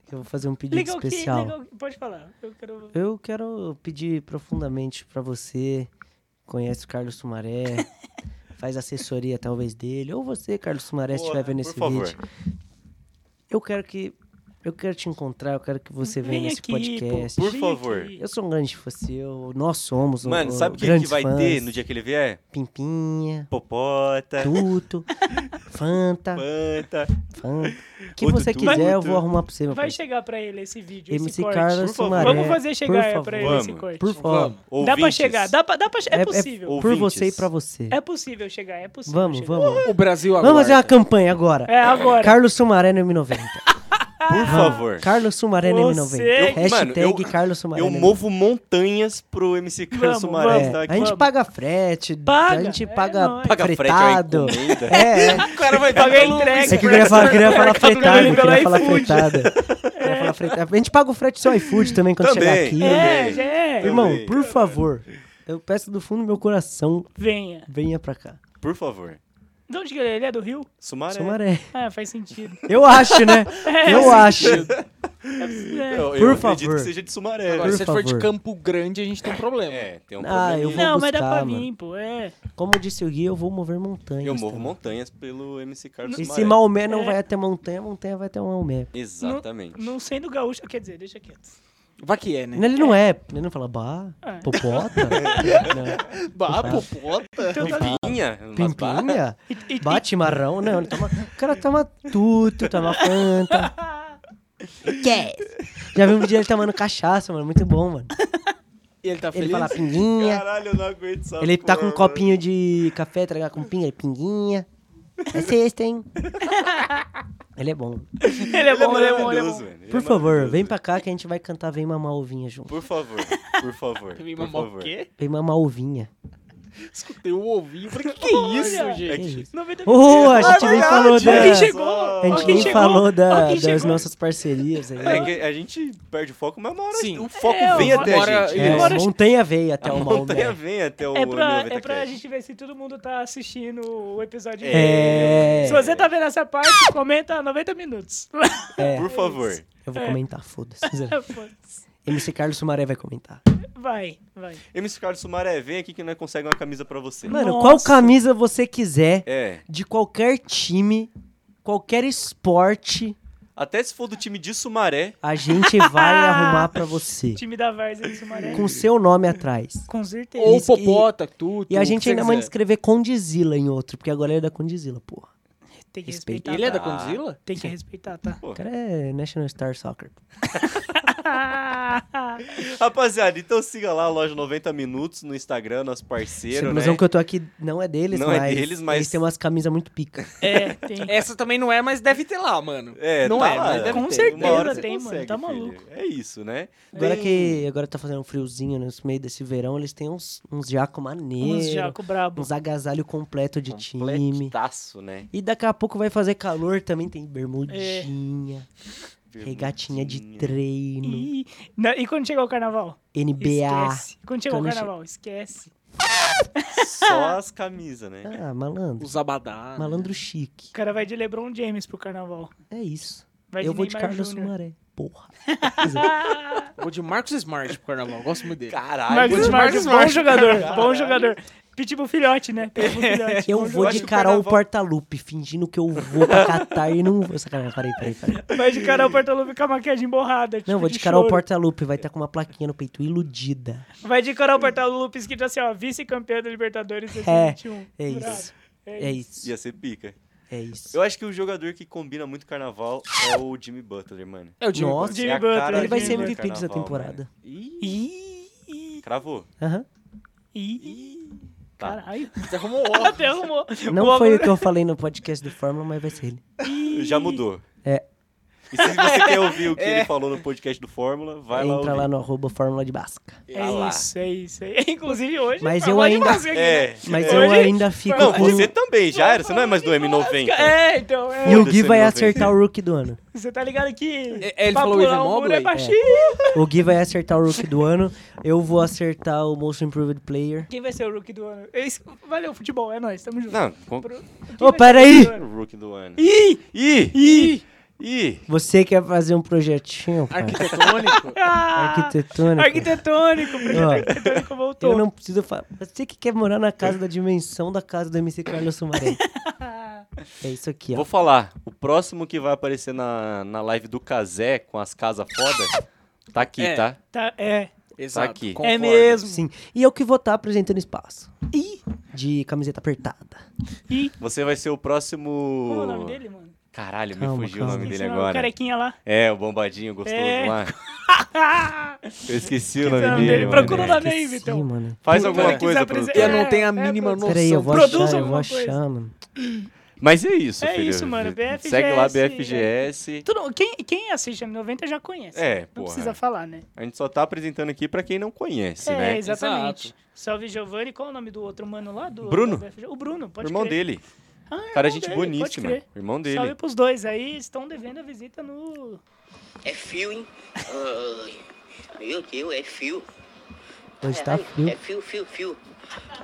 Speaker 2: que Eu vou fazer um pedido
Speaker 3: Legal que,
Speaker 2: especial.
Speaker 3: legal que- Pode falar. Eu quero...
Speaker 2: Eu quero pedir profundamente pra você, conhece o Carlos Sumaré, faz assessoria talvez dele, ou você, Carlos Sumaré, se
Speaker 1: Porra,
Speaker 2: estiver vendo
Speaker 1: por
Speaker 2: esse
Speaker 1: favor.
Speaker 2: vídeo. Eu quero que eu quero te encontrar, eu quero que você venha
Speaker 3: Vem
Speaker 2: nesse
Speaker 3: aqui,
Speaker 2: podcast.
Speaker 3: pô,
Speaker 1: Por favor.
Speaker 3: aqui.
Speaker 2: Eu sou um grande fã seu, nós somos um,
Speaker 1: Mano,
Speaker 2: um,
Speaker 1: sabe o que, que
Speaker 2: grandes
Speaker 1: vai
Speaker 2: fãs.
Speaker 1: ter no dia que ele vier?
Speaker 2: Pimpinha,
Speaker 1: Popota,
Speaker 2: Tuto, Fanta,
Speaker 1: Panta.
Speaker 2: Fanta. O que
Speaker 1: Outro
Speaker 2: você
Speaker 1: Tuto.
Speaker 2: quiser, eu vou arrumar pra você, meu
Speaker 3: Vai
Speaker 2: parceiro.
Speaker 3: chegar pra ele esse vídeo, esse
Speaker 2: MC
Speaker 3: corte.
Speaker 2: Carlos
Speaker 1: Por favor.
Speaker 2: Sumaré.
Speaker 3: Vamos fazer
Speaker 2: é, por
Speaker 3: chegar
Speaker 2: favor.
Speaker 3: pra ele esse
Speaker 1: Vamos.
Speaker 3: corte.
Speaker 2: Por favor.
Speaker 3: Dá pra
Speaker 1: Ouvintes.
Speaker 3: chegar, dá pra, dá pra, é,
Speaker 2: É- é-
Speaker 3: possível.
Speaker 1: ou-
Speaker 2: Por
Speaker 1: Ouvintes.
Speaker 2: você e pra você.
Speaker 3: É possível chegar, é possível.
Speaker 2: Vamos,
Speaker 3: chegar.
Speaker 2: vamos.
Speaker 4: O Brasil agora.
Speaker 2: Vamos fazer uma campanha agora.
Speaker 3: É agora.
Speaker 2: Carlos Sumaré no M90.
Speaker 1: Por favor.
Speaker 2: Carlos Sumaré no M90.
Speaker 3: Você-
Speaker 1: Mano,
Speaker 2: Hashtag
Speaker 1: eu-
Speaker 2: Carlos Sumaré
Speaker 1: Eu
Speaker 2: no
Speaker 1: movo montanhas pro MC Carlos
Speaker 3: Vamos,
Speaker 1: Sumaré
Speaker 2: M90.
Speaker 1: estar
Speaker 2: É,
Speaker 1: aqui.
Speaker 2: a gente
Speaker 3: Vamos.
Speaker 2: paga frete,
Speaker 3: Paga,
Speaker 2: a gente
Speaker 3: é
Speaker 2: paga,
Speaker 3: nóis.
Speaker 1: Paga frete,
Speaker 2: fretado.
Speaker 1: é uma encomenda.
Speaker 2: é, é.
Speaker 4: O cara vai um
Speaker 3: Pagar
Speaker 4: pagar
Speaker 3: entrega.
Speaker 4: entrega.
Speaker 2: É que eu queria falar, queria falar fretado, eu queria
Speaker 3: Pelo
Speaker 2: falar
Speaker 3: iFood. É.
Speaker 2: fretada. Eu queria falar fretada. A gente paga o frete só iFood também quando
Speaker 1: Também.
Speaker 2: chegar aqui.
Speaker 3: É,
Speaker 1: Também.
Speaker 3: já é.
Speaker 1: Também.
Speaker 2: Irmão, por favor, eu peço do fundo do meu coração,
Speaker 3: Venha.
Speaker 2: venha pra cá.
Speaker 1: Por favor.
Speaker 3: De onde que ele é? Ele é do Rio?
Speaker 1: Sumaré.
Speaker 2: É. Sumaré.
Speaker 3: Ah, faz sentido.
Speaker 2: Eu acho, né? Eu acho.
Speaker 1: Eu,
Speaker 3: É.
Speaker 1: eu
Speaker 2: Por
Speaker 1: acredito
Speaker 2: favor.
Speaker 1: que seja de Sumaré.
Speaker 4: Agora,
Speaker 1: né?
Speaker 4: se for de
Speaker 2: favor.
Speaker 4: Campo Grande, a gente tem um problema.
Speaker 1: É, tem um
Speaker 2: Ah,
Speaker 1: probleminha.
Speaker 2: eu vou
Speaker 3: Não, mas dá
Speaker 2: buscar,
Speaker 3: pra
Speaker 2: mano.
Speaker 3: mim, pô. É.
Speaker 2: Como disse o guia, eu vou mover montanhas.
Speaker 1: Eu movo
Speaker 2: também.
Speaker 1: montanhas pelo MC Carlos
Speaker 2: E
Speaker 1: Sumaré.
Speaker 2: se Maomé não
Speaker 3: É.
Speaker 2: vai até montanha, montanha vai até Maomé.
Speaker 1: Exatamente.
Speaker 3: Não sendo gaúcho, quer dizer, deixa quieto.
Speaker 4: Vai que é, né?
Speaker 2: Ele não é. Ele não fala bah,
Speaker 3: É.
Speaker 2: popota, né,
Speaker 4: Bah, popota.
Speaker 1: Pimpinha? umas barras.
Speaker 2: pimpinha, bate marrão. Não, ele toma, o cara toma tudo, toma fanta. Yes.
Speaker 3: é
Speaker 2: Já vi um vídeo dele tomando cachaça, mano. Muito bom, mano.
Speaker 4: E ele tá feliz?
Speaker 2: Ele fala pinguinha.
Speaker 1: Caralho, eu não aguento essa
Speaker 2: Ele tá com um
Speaker 1: porra,
Speaker 2: copinho de café, tá ligado? Com pinga, pinguinha. É sexta, hein? Ele é bom.
Speaker 3: Ele é
Speaker 1: mano.
Speaker 3: bom, ele é bom, ele é
Speaker 1: maravilhoso,
Speaker 3: bom.
Speaker 1: velho. Ele é
Speaker 2: Por favor,
Speaker 1: maravilhoso.
Speaker 2: vem pra cá que a gente vai cantar Vem Mamar Ovinha junto.
Speaker 1: Por favor, por favor.
Speaker 2: assim,
Speaker 4: Vem
Speaker 1: por
Speaker 4: mamar
Speaker 1: favor.
Speaker 4: o quê?
Speaker 2: Vem Mamar Ovinha.
Speaker 4: Escutei o ovinho. Falei, que que é isso,
Speaker 3: Olha.
Speaker 1: É
Speaker 4: gente?
Speaker 1: que-
Speaker 2: Oh, a gente nem
Speaker 1: É verdade,
Speaker 2: falou da...
Speaker 1: olha
Speaker 3: Alguém
Speaker 1: só.
Speaker 3: chegou.
Speaker 2: A gente
Speaker 3: Alguém
Speaker 2: nem
Speaker 3: chegou.
Speaker 2: falou da-
Speaker 3: Alguém
Speaker 2: das
Speaker 3: chegou.
Speaker 2: nossas parcerias aí.
Speaker 1: É que a gente perde o foco, mas uma hora
Speaker 4: Sim.
Speaker 1: o foco
Speaker 3: É,
Speaker 1: vem
Speaker 3: uma
Speaker 1: até a
Speaker 4: hora-
Speaker 1: gente.
Speaker 2: É,
Speaker 3: Agora-
Speaker 2: montanha veio até o
Speaker 1: A
Speaker 2: Maomé.
Speaker 1: montanha vem até o
Speaker 3: É pra,
Speaker 1: Neo
Speaker 3: é pra
Speaker 1: Betacast.
Speaker 3: gente ver se todo mundo tá assistindo o episódio.
Speaker 2: É.
Speaker 3: Se você tá vendo essa parte, comenta 90 minutos.
Speaker 2: É,
Speaker 1: Por favor.
Speaker 2: eu vou
Speaker 3: É.
Speaker 2: comentar, foda-se.
Speaker 3: Foda-se.
Speaker 2: MC Carlos Sumaré vai comentar.
Speaker 3: vai, vai.
Speaker 1: MC Carlos Sumaré, vem aqui que nós conseguimos uma camisa pra você.
Speaker 2: Mano,
Speaker 3: Nossa.
Speaker 2: qual camisa você quiser,
Speaker 1: É.
Speaker 2: de qualquer time, qualquer esporte,
Speaker 1: Até se for do time de Sumaré,
Speaker 2: a gente vai arrumar pra você.
Speaker 3: Time da Várzea do Sumaré.
Speaker 2: Com seu nome atrás.
Speaker 3: Com certeza.
Speaker 4: Ou
Speaker 2: Isso que-
Speaker 4: popota, tudo.
Speaker 2: E a gente ainda manda
Speaker 4: mais
Speaker 2: escrever Condizila em outro, porque agora ele é da Condizila, porra.
Speaker 3: Tem que
Speaker 2: Respeita.
Speaker 3: respeitar.
Speaker 4: Ele é da
Speaker 3: tá?
Speaker 4: Condzilla?
Speaker 3: Tem que respeitar, tá?
Speaker 2: O cara é National Star Soccer.
Speaker 1: Rapaziada, então siga lá a loja 90 Minutos no Instagram, nosso
Speaker 2: Essa
Speaker 1: parceiro, né?
Speaker 2: ilusão que eu tô aqui não é deles,
Speaker 1: Não é
Speaker 2: mas,
Speaker 1: deles, mas-
Speaker 2: eles têm umas camisas muito pica.
Speaker 3: é, tem.
Speaker 4: Essa também não é, mas deve ter lá, mano.
Speaker 1: É,
Speaker 4: não
Speaker 1: tá
Speaker 4: é,
Speaker 1: lá,
Speaker 4: mas deve
Speaker 3: Com
Speaker 4: ter.
Speaker 3: certeza
Speaker 1: Uma hora você
Speaker 3: tem, mano,
Speaker 1: consegue,
Speaker 3: tá
Speaker 1: filho.
Speaker 3: maluco.
Speaker 1: É isso, né?
Speaker 2: Agora
Speaker 1: Tem-
Speaker 2: que agora tá fazendo um friozinho no meio desse verão, eles têm uns, uns jaco maneiro,
Speaker 3: Uns
Speaker 2: uns,
Speaker 3: Jaco brabo.
Speaker 2: agasalho completo de time.
Speaker 1: Completaço, né?
Speaker 2: E daqui a pouco vai fazer calor, também tem bermudinha,
Speaker 1: É.
Speaker 2: regatinha de treino,
Speaker 3: E, na- e quando chegar o carnaval?
Speaker 2: NBA.
Speaker 3: Esquece. Quando chegar o
Speaker 2: Quando che-
Speaker 3: carnaval, esquece.
Speaker 1: Só as camisas, né?
Speaker 2: Ah, malandro.
Speaker 4: Os abadá.
Speaker 2: Malandro chique.
Speaker 3: O cara vai de LeBron James pro carnaval.
Speaker 2: É isso.
Speaker 3: Vai
Speaker 2: Eu
Speaker 3: de
Speaker 2: vou de
Speaker 3: Neymar
Speaker 2: Carlos
Speaker 3: Júnior.
Speaker 2: Sumaré. Porra.
Speaker 3: Ah,
Speaker 4: Vou de Marcos Smart pro carnaval. Gosto muito dele.
Speaker 1: Caralho.
Speaker 3: Marcos
Speaker 4: Marcos
Speaker 3: Marcos, bom
Speaker 4: Marcos.
Speaker 3: jogador, bom jogador. Pitbull filhote, né? Pitbull filhote.
Speaker 2: Eu
Speaker 3: bom
Speaker 2: vou
Speaker 1: acho
Speaker 2: de
Speaker 1: que o
Speaker 2: Carol
Speaker 1: carnaval-
Speaker 2: Portalupe, fingindo que eu vou pra Catar e não vou. Sacanagem, parei, parei, parei.
Speaker 3: jogador. Vai de Carol Portalupe com a maquiagem borrada. tipo
Speaker 2: Não, vou de Carol
Speaker 3: choro.
Speaker 2: Portalupe, vai estar com uma plaquinha no peito, iludida.
Speaker 3: Vai de Carol Portalupe escrito assim, ó, vice-campeã da Libertadores
Speaker 2: É,
Speaker 3: 2021.
Speaker 2: é
Speaker 3: Bravo.
Speaker 2: isso. É isso.
Speaker 1: Ia ser pica.
Speaker 2: É isso.
Speaker 1: Eu acho que o jogador que combina muito carnaval é o Jimmy Butler, mano.
Speaker 4: É o Jimmy
Speaker 2: Nossa.
Speaker 4: Butler.
Speaker 1: É
Speaker 3: Jimmy
Speaker 1: a
Speaker 3: Butler.
Speaker 1: cara
Speaker 2: Ele vai
Speaker 1: de
Speaker 2: ser
Speaker 1: jogar
Speaker 2: MVP dessa
Speaker 1: carnaval,
Speaker 2: temporada.
Speaker 4: Ih,
Speaker 3: Ih, ih,
Speaker 1: Cravou. Tá.
Speaker 2: Aham.
Speaker 3: ih, caralho.
Speaker 4: você arrumou o óculos.
Speaker 3: Até arrumou.
Speaker 2: Não foi o que eu falei no podcast do Fórmula, mas vai ser ele.
Speaker 1: Já mudou.
Speaker 2: É.
Speaker 1: E se você quer ouvir o que ele falou no podcast do Fórmula, vai lá
Speaker 2: Entra
Speaker 1: ouvir.
Speaker 2: lá, no arroba Fórmula de Basca.
Speaker 3: É
Speaker 1: Ah lá.
Speaker 3: isso, é isso. é- Inclusive hoje.
Speaker 2: Mas
Speaker 3: pra
Speaker 2: eu
Speaker 3: lá de
Speaker 2: ainda-
Speaker 3: Vasco aqui, né?
Speaker 1: É.
Speaker 2: Mas
Speaker 1: é.
Speaker 2: eu
Speaker 3: Hoje-
Speaker 2: ainda fico
Speaker 1: Não,
Speaker 2: com...
Speaker 1: você também, já era. Você não é mais do M90.
Speaker 3: É, então. É.
Speaker 2: E o Gui vai
Speaker 1: Foda-se,
Speaker 2: acertar o Rookie do ano.
Speaker 3: Você tá ligado que.
Speaker 4: É, ele
Speaker 3: pra
Speaker 4: falou
Speaker 3: pular
Speaker 4: Evan
Speaker 3: um muro
Speaker 4: Mobley?
Speaker 3: É baixinho.
Speaker 2: O Gui vai acertar o Rookie do ano. Eu vou acertar o Most Improved Player.
Speaker 3: Quem vai ser o rookie do ano? É isso. Valeu, futebol, é nóis, tamo junto.
Speaker 1: Não, com...
Speaker 3: Pro-
Speaker 2: Ô,
Speaker 3: Quem vai
Speaker 2: pera
Speaker 3: ser o
Speaker 2: aí!
Speaker 3: rookie do ano?
Speaker 1: Rookie do ano.
Speaker 2: Ih!
Speaker 1: Ih!
Speaker 2: Ih!
Speaker 1: Ih!
Speaker 2: Você quer fazer um projetinho, cara?
Speaker 4: Arquitetônico.
Speaker 1: Tá
Speaker 3: Ah,
Speaker 2: Arquitetônico.
Speaker 3: Arquitetônico, porque o
Speaker 2: Ó,
Speaker 3: arquitetônico voltou.
Speaker 2: Eu não preciso falar. Você que quer morar na casa da dimensão da casa do MC Carlos Sumaré. É isso aqui, ó.
Speaker 1: Vou falar, o próximo que vai aparecer na, na live do Kazé com as casas foda, tá aqui,
Speaker 4: É.
Speaker 1: tá?
Speaker 3: Tá, é.
Speaker 4: Exato.
Speaker 1: aqui. É
Speaker 3: É
Speaker 4: concordo.
Speaker 3: mesmo.
Speaker 2: Sim. E eu que vou estar apresentando espaço. Ih! De camiseta apertada.
Speaker 3: E.
Speaker 1: Você vai ser o próximo.
Speaker 3: Qual é o nome dele, mano?
Speaker 1: Caralho,
Speaker 2: Calma,
Speaker 1: me fugiu
Speaker 2: calma.
Speaker 1: o nome
Speaker 3: Esqueci
Speaker 1: dele
Speaker 3: o nome, O
Speaker 1: agora.
Speaker 3: carequinha lá.
Speaker 1: É, o bombadinho gostoso
Speaker 3: É.
Speaker 1: lá.
Speaker 3: Ah,
Speaker 1: Eu esqueci o
Speaker 3: o
Speaker 1: nome
Speaker 3: nome
Speaker 1: dele.
Speaker 3: dele.
Speaker 1: mano.
Speaker 3: Procura o nome. Também,
Speaker 2: Esqueci,
Speaker 3: Vitão.
Speaker 2: mano.
Speaker 1: Faz
Speaker 3: Puta,
Speaker 1: alguma
Speaker 3: quiser
Speaker 1: coisa,
Speaker 3: apresen-
Speaker 1: produtor.
Speaker 4: Eu não tenho a
Speaker 3: É,
Speaker 4: mínima
Speaker 3: é,
Speaker 4: noção.
Speaker 2: Peraí, eu vou
Speaker 3: Produz
Speaker 2: achar, eu vou
Speaker 3: alguma coisa.
Speaker 2: achar, mano.
Speaker 1: Mas é isso,
Speaker 3: É
Speaker 1: filho.
Speaker 3: isso, mano, BFGS.
Speaker 1: Segue lá, BFGS.
Speaker 3: Tu não- quem, quem assiste M90 já conhece.
Speaker 1: É,
Speaker 3: Não
Speaker 1: porra.
Speaker 3: precisa falar, né?
Speaker 1: A gente só tá apresentando aqui pra quem não conhece,
Speaker 3: é,
Speaker 1: né?
Speaker 3: exatamente. Salve Giovanni, qual é o nome do outro mano lá? Do,
Speaker 1: Bruno.
Speaker 3: da BFG? O Bruno, pode
Speaker 1: Irmão
Speaker 3: crer.
Speaker 1: dele.
Speaker 3: Ah, irmão
Speaker 1: Cara, gente
Speaker 3: dele, pode
Speaker 1: boníssima.
Speaker 3: crer.
Speaker 1: Irmão dele.
Speaker 3: Salve pros dois aí, estão devendo a visita no.
Speaker 5: É fio, hein? Ai, meu Deus, é fio.
Speaker 2: Hoje tá
Speaker 5: Ai, É
Speaker 2: frio.
Speaker 5: fio, fio, fio.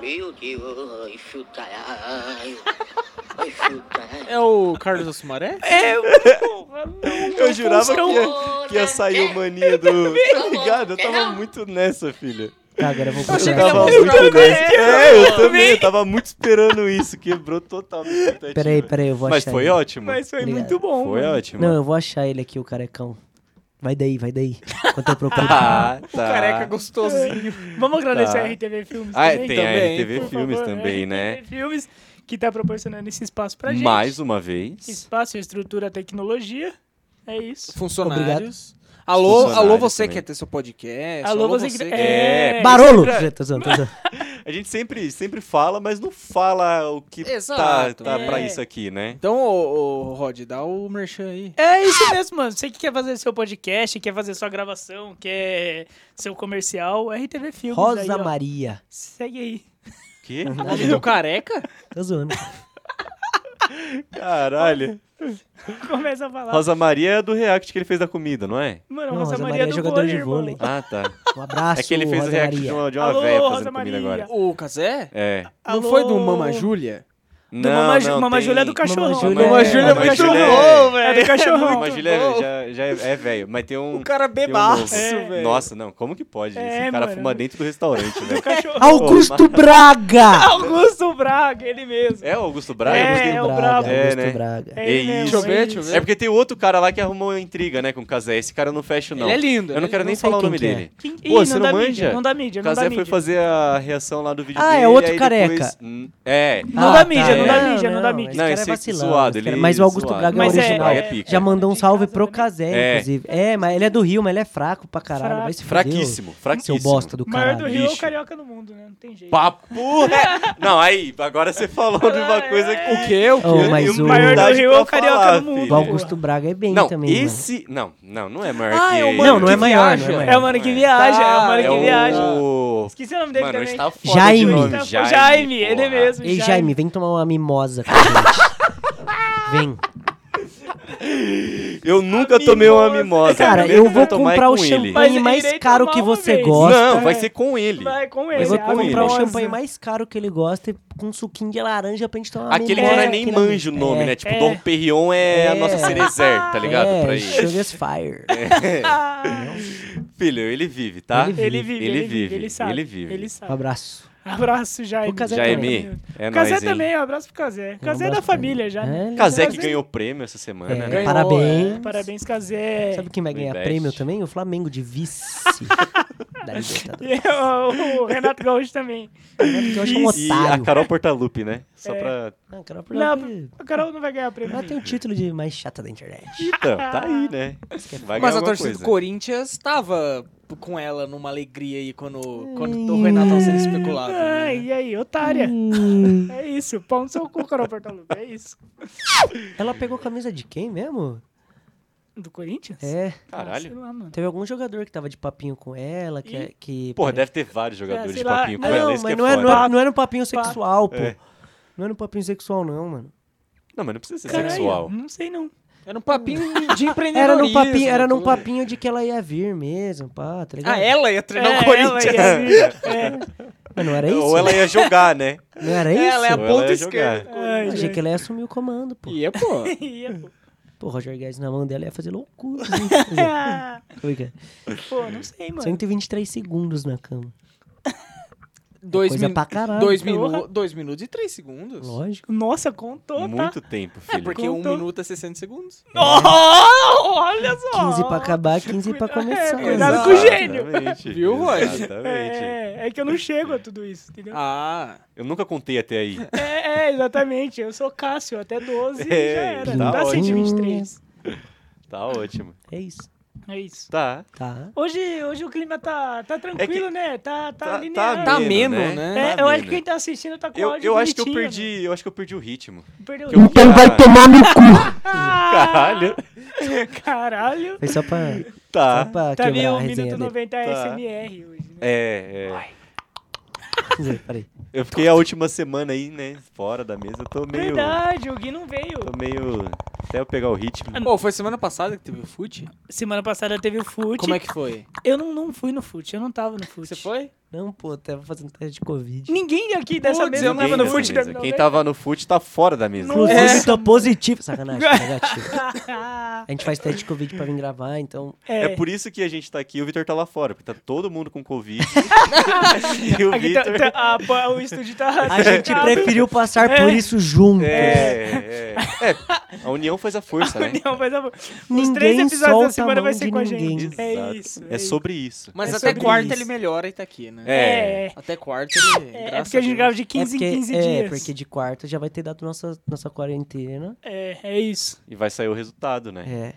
Speaker 5: Meu Deus, ai, fio, caralho. Ai, fio, caralho.
Speaker 4: É o Carlos Assumaré?
Speaker 1: Tá.
Speaker 3: É, porra, não,
Speaker 1: Eu jurava que
Speaker 3: Faustão.
Speaker 1: ia, que ia sair o maninha do. Tá ligado? Eu tava muito nessa, filha.
Speaker 2: Tá, agora eu vou
Speaker 1: Eu
Speaker 2: procurar.
Speaker 1: tava
Speaker 4: ele ia
Speaker 1: muito
Speaker 3: procurar.
Speaker 1: nessa. É, eu também. Eu tava muito esperando isso. Quebrou totalmente a expectativa.
Speaker 2: Peraí, peraí, eu vou
Speaker 1: Mas
Speaker 2: achar.
Speaker 1: foi
Speaker 2: ele.
Speaker 1: ótimo.
Speaker 3: Mas foi
Speaker 2: Obrigado.
Speaker 3: muito bom.
Speaker 1: Foi
Speaker 3: mano.
Speaker 1: ótimo.
Speaker 2: Não, eu vou achar ele aqui, o carecão. Vai daí, vai daí. Enquanto eu procuro.
Speaker 1: Ah, tá.
Speaker 4: Careca gostosinho.
Speaker 3: Vamos agradecer
Speaker 1: Tá.
Speaker 3: a RTV Filmes
Speaker 1: Ah,
Speaker 3: também. então,
Speaker 1: tem
Speaker 4: também,
Speaker 1: a RTV
Speaker 3: por
Speaker 1: Filmes
Speaker 3: favor,
Speaker 1: também, né?
Speaker 3: RTV Filmes, que tá proporcionando esse espaço pra gente.
Speaker 1: Mais um. uma vez.
Speaker 3: Espaço, estrutura, tecnologia. É isso.
Speaker 4: Funcionários. Alô,
Speaker 1: Funcionários
Speaker 4: alô você
Speaker 1: também.
Speaker 4: que quer ter seu podcast.
Speaker 3: Alô, você que-
Speaker 4: quer-
Speaker 1: É,
Speaker 2: Barolo!
Speaker 1: sempre-
Speaker 2: Tô zoando, tô zoando.
Speaker 1: A gente sempre, sempre fala, mas não fala o que tá,
Speaker 4: Exato.
Speaker 1: tá pra
Speaker 3: É.
Speaker 1: isso aqui, né?
Speaker 4: Então, ô, ô, Rod, dá o merchan aí.
Speaker 3: É isso mesmo, mano. Você que quer fazer seu podcast, quer fazer sua gravação, quer seu comercial, RTV Filmes. aí,
Speaker 2: Rosa
Speaker 3: ó.
Speaker 2: Maria.
Speaker 3: Segue aí.
Speaker 1: Que?
Speaker 4: Nome do careca?
Speaker 2: Tô zoando.
Speaker 1: Caralho.
Speaker 3: Começa a falar.
Speaker 1: Rosa Maria é do react que ele fez da comida, não é?
Speaker 3: Mano,
Speaker 2: Não,
Speaker 3: Rosa,
Speaker 2: Rosa
Speaker 3: Maria,
Speaker 2: Maria é
Speaker 3: é do
Speaker 2: jogador
Speaker 3: vôlei,
Speaker 2: de
Speaker 3: irmão.
Speaker 2: vôlei.
Speaker 1: Ah, tá.
Speaker 2: Um abraço,
Speaker 1: É que ele fez
Speaker 2: Rosa
Speaker 1: o react
Speaker 2: Maria.
Speaker 1: de uma, de uma
Speaker 3: Alô,
Speaker 1: véia
Speaker 3: Rosa
Speaker 1: fazendo comida
Speaker 3: Maria.
Speaker 1: agora.
Speaker 4: O Cazé?
Speaker 1: É.
Speaker 4: Não
Speaker 3: Alô?
Speaker 4: foi do Mama Júlia?
Speaker 3: Do
Speaker 1: Não,
Speaker 3: Mama, Ju-
Speaker 1: não,
Speaker 3: Mama
Speaker 1: tem-
Speaker 3: Júlia é do cachorrão.
Speaker 2: Mama Júlia
Speaker 1: Mama
Speaker 2: é-
Speaker 1: Júlia
Speaker 2: Mama
Speaker 1: muito
Speaker 2: Júlia
Speaker 1: bom,
Speaker 3: É do cachorrão.
Speaker 1: Mama Júlia
Speaker 4: bom.
Speaker 1: já, já é, é velho, mas tem um...
Speaker 4: O cara
Speaker 1: tem um
Speaker 4: bebaço,
Speaker 1: novo.
Speaker 4: velho.
Speaker 1: Nossa, não, como que pode?
Speaker 3: É,
Speaker 1: Esse cara
Speaker 3: mano.
Speaker 1: fuma dentro do restaurante, velho.
Speaker 3: Cachorrão.
Speaker 2: Augusto Braga!
Speaker 3: Augusto Braga, ele mesmo.
Speaker 1: É o Augusto Braga? Eu
Speaker 3: É,
Speaker 1: gostei do
Speaker 3: é o brabo.
Speaker 1: É,
Speaker 2: Augusto
Speaker 1: né?
Speaker 2: Braga.
Speaker 3: É ele
Speaker 1: É isso.
Speaker 3: mesmo,
Speaker 4: Deixa eu ver,
Speaker 3: é
Speaker 4: deixa eu
Speaker 3: isso.
Speaker 4: ver.
Speaker 1: É porque tem outro cara lá que arrumou uma intriga, né, com o Kazé. Esse cara eu não fecha, não.
Speaker 4: Ele é lindo.
Speaker 1: Eu
Speaker 4: ele
Speaker 1: não
Speaker 4: é
Speaker 1: quero nem
Speaker 4: lindo.
Speaker 2: sei
Speaker 1: falar o
Speaker 2: quem
Speaker 1: nome
Speaker 2: que é.
Speaker 1: dele.
Speaker 3: Quem-
Speaker 1: Pô,
Speaker 3: Ih,
Speaker 1: você
Speaker 3: não,
Speaker 1: não
Speaker 3: dá
Speaker 1: manja?
Speaker 3: mídia, não dá mídia,
Speaker 1: O
Speaker 3: não dá
Speaker 1: Kazé foi
Speaker 3: mídia.
Speaker 1: fazer a reação lá do vídeo
Speaker 2: Ah, é
Speaker 1: dele.
Speaker 2: outro
Speaker 1: aí Depois...
Speaker 2: careca.
Speaker 1: Hum, É.
Speaker 3: Não
Speaker 2: Ah,
Speaker 3: dá mídia, não
Speaker 1: tá.
Speaker 3: dá mídia, não dá
Speaker 2: esse
Speaker 3: mídia.
Speaker 1: Não,
Speaker 2: cara
Speaker 1: esse
Speaker 2: é vacilão.
Speaker 1: zoado,
Speaker 2: esse cara-
Speaker 1: ele
Speaker 2: Mas o Augusto
Speaker 1: zoado.
Speaker 2: Braga é
Speaker 3: Mas é-
Speaker 2: original.
Speaker 3: é pica.
Speaker 2: Já mandou um salve pro Casé,
Speaker 1: É.
Speaker 2: inclusive. É, mas ele é do Rio, mas ele é fraco pra caralho.
Speaker 3: Fraco.
Speaker 2: Vai se fuder,
Speaker 1: Fraquíssimo,
Speaker 2: ô,
Speaker 1: fraquíssimo.
Speaker 2: Seu bosta do
Speaker 3: O maior
Speaker 2: caralho.
Speaker 3: do Rio é o
Speaker 1: Lixo.
Speaker 3: carioca no mundo, né? Não tem jeito.
Speaker 1: Papo ré. Não, aí, agora você falou de uma coisa que... Oh,
Speaker 4: O quê? O quê?
Speaker 2: Ô, mas
Speaker 1: Eu tenho
Speaker 2: o-
Speaker 1: humildade
Speaker 3: Maior do Rio é o
Speaker 1: pra
Speaker 3: carioca
Speaker 1: falar,
Speaker 3: do mundo.
Speaker 1: filho.
Speaker 2: O Augusto Braga é bem
Speaker 1: Não,
Speaker 2: também,
Speaker 1: esse... Não, não, não é maior
Speaker 4: Ah,
Speaker 1: que
Speaker 4: é o
Speaker 1: ele.
Speaker 2: mano. Não, não é
Speaker 4: Que
Speaker 2: maior, não
Speaker 4: viaja.
Speaker 2: é maior.
Speaker 3: É o mano que viaja, é o
Speaker 4: Tá,
Speaker 3: mano que
Speaker 1: É o-
Speaker 3: viaja. Esqueci o nome dele
Speaker 1: Mano,
Speaker 3: também.
Speaker 1: hoje tá foda
Speaker 2: Jaime.
Speaker 1: de nome.
Speaker 3: Tá, o Jaime, ele
Speaker 1: porra.
Speaker 3: mesmo.
Speaker 2: Ei, Jaime, vem tomar uma mimosa com a gente. Vem.
Speaker 1: Eu nunca tomei uma mimosa.
Speaker 2: Cara,
Speaker 1: primeiro
Speaker 2: eu vou
Speaker 1: tomar é
Speaker 2: comprar o
Speaker 1: com ele.
Speaker 3: Mas
Speaker 2: champanhe
Speaker 3: eu
Speaker 2: mais
Speaker 3: irei
Speaker 2: caro
Speaker 3: tomar
Speaker 2: que
Speaker 3: uma
Speaker 2: você
Speaker 3: vez.
Speaker 2: gosta.
Speaker 1: Não, vai ser com ele.
Speaker 3: Vai com ele.
Speaker 2: Eu vou
Speaker 1: é água
Speaker 2: comprar o
Speaker 1: mimosa.
Speaker 2: champanhe mais caro que ele gosta e com um suquinho de laranja pra gente tomar uma
Speaker 1: Aquele que
Speaker 2: mimosa
Speaker 1: não é
Speaker 3: É,
Speaker 1: nem
Speaker 2: aqui na
Speaker 1: manja o
Speaker 2: mesa.
Speaker 1: nome,
Speaker 2: É.
Speaker 1: né? Tipo,
Speaker 3: É.
Speaker 1: Dom Perignon é a nossa
Speaker 2: É.
Speaker 1: cerezer, tá ligado?
Speaker 2: É,
Speaker 1: Pra ele.
Speaker 2: Sugar's Fire.
Speaker 1: É. Filho, ele vive, tá?
Speaker 2: Ele vive.
Speaker 3: Ele vive, ele vive, ele sabe.
Speaker 1: Ele vive.
Speaker 3: Ele
Speaker 2: Um
Speaker 3: sabe.
Speaker 2: abraço.
Speaker 3: Abraço, Jaime.
Speaker 2: O Cazé
Speaker 1: Jaime, é nóis,
Speaker 3: Cazé
Speaker 1: hein?
Speaker 3: também, um abraço pro Cazé. Cazé é da
Speaker 2: abraço pra
Speaker 3: família
Speaker 2: ele.
Speaker 3: já.
Speaker 2: É, ele-
Speaker 1: Kazé que
Speaker 3: Kazé.
Speaker 1: ganhou prêmio essa semana,
Speaker 2: É,
Speaker 1: né?
Speaker 4: Ganhou,
Speaker 2: parabéns. É.
Speaker 3: Parabéns, Cazé.
Speaker 2: Sabe quem vai
Speaker 1: Me
Speaker 2: ganhar
Speaker 1: investe.
Speaker 2: prêmio também? O Flamengo de vice da Libertadores.
Speaker 3: E o, o Renato Gaúcho também.
Speaker 2: Eu acho um
Speaker 1: E a
Speaker 2: otário.
Speaker 1: Carol Portalupe, né? Só
Speaker 3: É.
Speaker 1: pra.
Speaker 2: Ah, cara, por
Speaker 3: Não,
Speaker 2: lá que-
Speaker 3: o Carol não vai ganhar prêmio.
Speaker 2: Ela tem o título de mais chata da internet.
Speaker 1: Então, tá aí, né? Vai
Speaker 4: Mas
Speaker 1: ganhar
Speaker 4: a
Speaker 1: alguma
Speaker 4: torcida
Speaker 1: coisa.
Speaker 4: do Corinthians tava com ela numa alegria aí quando, quando o Renato tava tá sendo especulado.
Speaker 3: Ah,
Speaker 4: né?
Speaker 3: e aí, otária. É isso, pau no seu cu, Carol Portalupe. É isso.
Speaker 2: Ela pegou a camisa de quem mesmo?
Speaker 3: Do Corinthians?
Speaker 2: É.
Speaker 3: Ah, sei
Speaker 1: Caralho.
Speaker 3: lá, mano.
Speaker 2: Teve algum jogador que tava de papinho com ela, que...
Speaker 3: Ih.
Speaker 2: que
Speaker 1: Porra, deve ter vários jogadores
Speaker 3: É, sei
Speaker 1: de
Speaker 3: lá.
Speaker 1: papinho com
Speaker 3: Não,
Speaker 1: ela,
Speaker 2: Não,
Speaker 1: isso
Speaker 2: mas
Speaker 1: que é
Speaker 2: não, é,
Speaker 1: foda.
Speaker 2: não, é, não é no papinho sexual, pô.
Speaker 1: É.
Speaker 2: Não é no papinho sexual, não, mano.
Speaker 1: Não, mas não precisa ser
Speaker 3: Caralho,
Speaker 1: é sexual.
Speaker 3: Não sei não.
Speaker 4: Era um papinho de
Speaker 2: Era
Speaker 4: empreendedorismo.
Speaker 2: num papinho,
Speaker 3: né?
Speaker 2: era num
Speaker 4: tudo.
Speaker 2: papinho de que ela ia vir mesmo, pá, tá ligado?
Speaker 3: é?
Speaker 4: Ah, ela ia
Speaker 1: é
Speaker 4: treinar o
Speaker 3: ela
Speaker 4: Corinthians.
Speaker 3: ia vir. É.
Speaker 2: Mas não era isso?
Speaker 1: Ou ela ia jogar, né?
Speaker 2: Não era isso?
Speaker 4: Ela é a
Speaker 1: Ou ela
Speaker 4: ponta
Speaker 1: ia jogar.
Speaker 4: esquerda.
Speaker 3: Ai,
Speaker 2: Achei
Speaker 3: gente.
Speaker 2: que ela ia assumir o comando, pô.
Speaker 4: E é, pô.
Speaker 3: Ia, pô.
Speaker 2: Pô, o Roger Guedes na mão dela ia fazer loucura.
Speaker 3: Ah,
Speaker 2: Como é que é?
Speaker 3: Pô, não sei, mano.
Speaker 2: 123 segundos na cama. É
Speaker 4: Dois,
Speaker 2: Coisa
Speaker 4: minu
Speaker 2: pra caralho.
Speaker 4: dois,
Speaker 3: porra.
Speaker 4: minu dois minutos e três segundos.
Speaker 2: Lógico.
Speaker 3: Nossa, contou, tá?
Speaker 1: Muito tempo, filho.
Speaker 4: Porque
Speaker 3: Contou.
Speaker 4: um minuto é 60 segundos.
Speaker 3: Oh, olha só!
Speaker 2: 15 pra acabar, 15 pra
Speaker 3: Cuidado-
Speaker 2: começar.
Speaker 3: é, cuidado com o
Speaker 4: Exato.
Speaker 3: gênio.
Speaker 1: Exatamente.
Speaker 4: Viu, Roger?
Speaker 1: Exatamente.
Speaker 3: É, é que eu não chego a tudo isso, entendeu?
Speaker 4: Ah.
Speaker 1: Eu nunca contei até aí.
Speaker 3: É, é, exatamente. Eu sou Cássio, até 12
Speaker 1: É,
Speaker 3: já era.
Speaker 1: tá
Speaker 3: Não dá
Speaker 1: ótimo.
Speaker 3: 123.
Speaker 1: Tá ótimo.
Speaker 2: É isso.
Speaker 3: É isso.
Speaker 1: Tá.
Speaker 2: Tá.
Speaker 3: Hoje, hoje o clima tá, tá tranquilo, né? Tá, tá,
Speaker 1: É Tá,
Speaker 3: linear.
Speaker 4: Tá
Speaker 1: ameno,
Speaker 4: ameno, né?
Speaker 3: É,
Speaker 1: Tá
Speaker 3: eu acho
Speaker 1: ameno.
Speaker 3: que quem tá assistindo tá com
Speaker 1: Eu,
Speaker 3: áudio
Speaker 1: eu acho que eu
Speaker 3: bonitinho,
Speaker 1: perdi. Eu acho que eu perdi o ritmo.
Speaker 3: né? Perdeu
Speaker 1: que eu-
Speaker 3: o- Ah,
Speaker 1: Então vai tomar
Speaker 2: no cu!
Speaker 1: Caralho.
Speaker 3: Caralho.
Speaker 2: Foi só pra, só
Speaker 1: Tá.
Speaker 2: pra
Speaker 3: Tá
Speaker 2: quebrar
Speaker 3: meio
Speaker 2: a resenha
Speaker 3: minuto
Speaker 2: dele.
Speaker 3: 90
Speaker 1: Tá.
Speaker 3: SMR hoje, né?
Speaker 1: É, é.
Speaker 2: Peraí.
Speaker 1: Eu fiquei a última semana aí, né? Fora da mesa. Eu tô meio.
Speaker 3: Verdade, o Gui não veio.
Speaker 1: Tô meio. Até eu pegar o ritmo.
Speaker 4: Pô, foi semana passada que teve o fute?
Speaker 3: Semana passada teve o FUT.
Speaker 4: Como é que foi?
Speaker 3: Eu não, não fui no FUT, eu não tava no FUT.
Speaker 4: Você foi?
Speaker 2: Não, pô, tava fazendo teste de Covid.
Speaker 3: Ninguém aqui dessa
Speaker 4: Putz,
Speaker 3: mesa
Speaker 4: eu não
Speaker 3: tava
Speaker 1: Ninguém
Speaker 3: no
Speaker 1: nessa
Speaker 3: fute
Speaker 1: mesa.
Speaker 3: terminal,
Speaker 1: Quem
Speaker 3: né?
Speaker 1: tava no fute tá fora da mesa.
Speaker 3: Não
Speaker 2: Inclusive,
Speaker 3: é.
Speaker 2: tô positivo. Sacanagem, tô negativo. A gente faz teste de Covid pra vir gravar, então.
Speaker 1: É
Speaker 3: É.
Speaker 1: por isso que a gente tá aqui e o Vitor tá lá fora, porque tá todo mundo com Covid. e o
Speaker 3: Aqui tá-
Speaker 1: Vitor.
Speaker 3: tá- a- pa- o estúdio tá.
Speaker 2: A gente
Speaker 3: tá-
Speaker 2: preferiu passar por isso juntos.
Speaker 1: É, é, é. A união faz a força, né?
Speaker 3: Não, mas amor, os
Speaker 2: Ninguém
Speaker 3: três episódios
Speaker 2: solta
Speaker 3: da
Speaker 2: a
Speaker 3: semana vai
Speaker 2: mão
Speaker 3: ser
Speaker 2: de
Speaker 3: com a
Speaker 2: ninguém.
Speaker 3: gente. É
Speaker 1: Exato.
Speaker 3: isso.
Speaker 1: É
Speaker 3: isso.
Speaker 1: sobre isso.
Speaker 4: Mas
Speaker 2: É
Speaker 4: até
Speaker 2: sobre
Speaker 4: quarta
Speaker 2: isso.
Speaker 4: ele melhora e tá aqui, né?
Speaker 1: É.
Speaker 3: É.
Speaker 4: Até quarta ele.
Speaker 3: É,
Speaker 4: graças
Speaker 3: porque a gente
Speaker 4: Deus.
Speaker 3: grava de
Speaker 2: É
Speaker 3: 15
Speaker 2: porque,
Speaker 3: em 15
Speaker 2: é,
Speaker 3: dias.
Speaker 2: porque de quarta já vai ter dado nossa, nossa quarentena.
Speaker 3: É, é isso.
Speaker 1: E vai sair o resultado, né?
Speaker 2: É.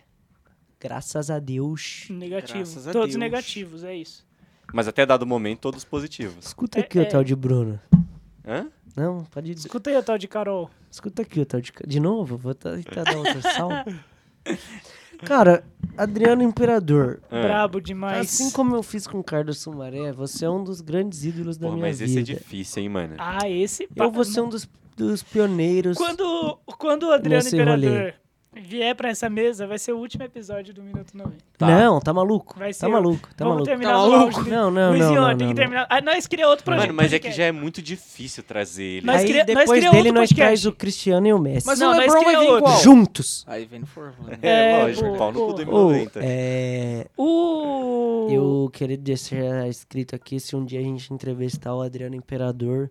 Speaker 2: Graças a Deus.
Speaker 3: Negativo.
Speaker 4: Graças a
Speaker 3: Todos
Speaker 4: Deus.
Speaker 3: negativos, é isso.
Speaker 1: Mas até dado momento, todos positivos.
Speaker 2: Escuta
Speaker 3: É,
Speaker 2: aqui
Speaker 3: é.
Speaker 2: o tal de Bruno.
Speaker 1: Hã?
Speaker 2: Não, pode.
Speaker 4: É.
Speaker 3: Escuta aí o tal de Carol.
Speaker 2: Escuta aqui o tal de. De novo? Vou tentar dar outra sal. Cara, Adriano Imperador.
Speaker 4: É.
Speaker 1: Hã?
Speaker 3: Brabo demais.
Speaker 2: Assim como eu fiz com o Carlos Sumaré, você é um dos grandes ídolos da
Speaker 1: Porra,
Speaker 2: minha
Speaker 1: mas esse é
Speaker 2: vida.
Speaker 1: difícil, hein, mano?
Speaker 3: Ah, esse.
Speaker 2: eu vou ser um dos, dos pioneiros.
Speaker 3: Quando, quando o Adriano
Speaker 2: Nesse
Speaker 3: Imperador vier pra essa mesa, vai ser o último episódio do Minuto 90.
Speaker 1: Tá.
Speaker 2: Não, tá maluco.
Speaker 3: Vai ser
Speaker 2: Tá
Speaker 3: eu.
Speaker 2: maluco, tá
Speaker 3: Vamos
Speaker 2: maluco.
Speaker 3: terminar
Speaker 4: Tá
Speaker 3: no
Speaker 4: maluco?
Speaker 3: auge.
Speaker 2: Não, não,
Speaker 3: Luizinho,
Speaker 2: não, não,
Speaker 3: tem que
Speaker 2: não.
Speaker 3: terminar. Ah, nós queria outro projeto.
Speaker 1: Mano, mas é que
Speaker 3: podcast.
Speaker 1: já é muito difícil trazer ele.
Speaker 3: Nós
Speaker 2: Aí
Speaker 3: queria- nós
Speaker 2: depois
Speaker 3: queria
Speaker 2: dele
Speaker 3: outro
Speaker 2: nós
Speaker 3: podcast.
Speaker 2: traz o Cristiano e o Messi.
Speaker 4: Mas
Speaker 3: Não,
Speaker 4: o
Speaker 3: mas
Speaker 4: LeBron vai
Speaker 3: cria
Speaker 4: vir
Speaker 3: outro.
Speaker 4: igual.
Speaker 2: Juntos.
Speaker 4: Aí vem no né? Forlan.
Speaker 1: É,
Speaker 3: É,
Speaker 1: lógico,
Speaker 3: pô,
Speaker 1: pau no cu
Speaker 3: pô.
Speaker 1: do
Speaker 2: Ou,
Speaker 1: 90.
Speaker 2: é,
Speaker 3: O.
Speaker 2: eu queria deixar escrito aqui, se um dia a gente entrevistar o Adriano Imperador,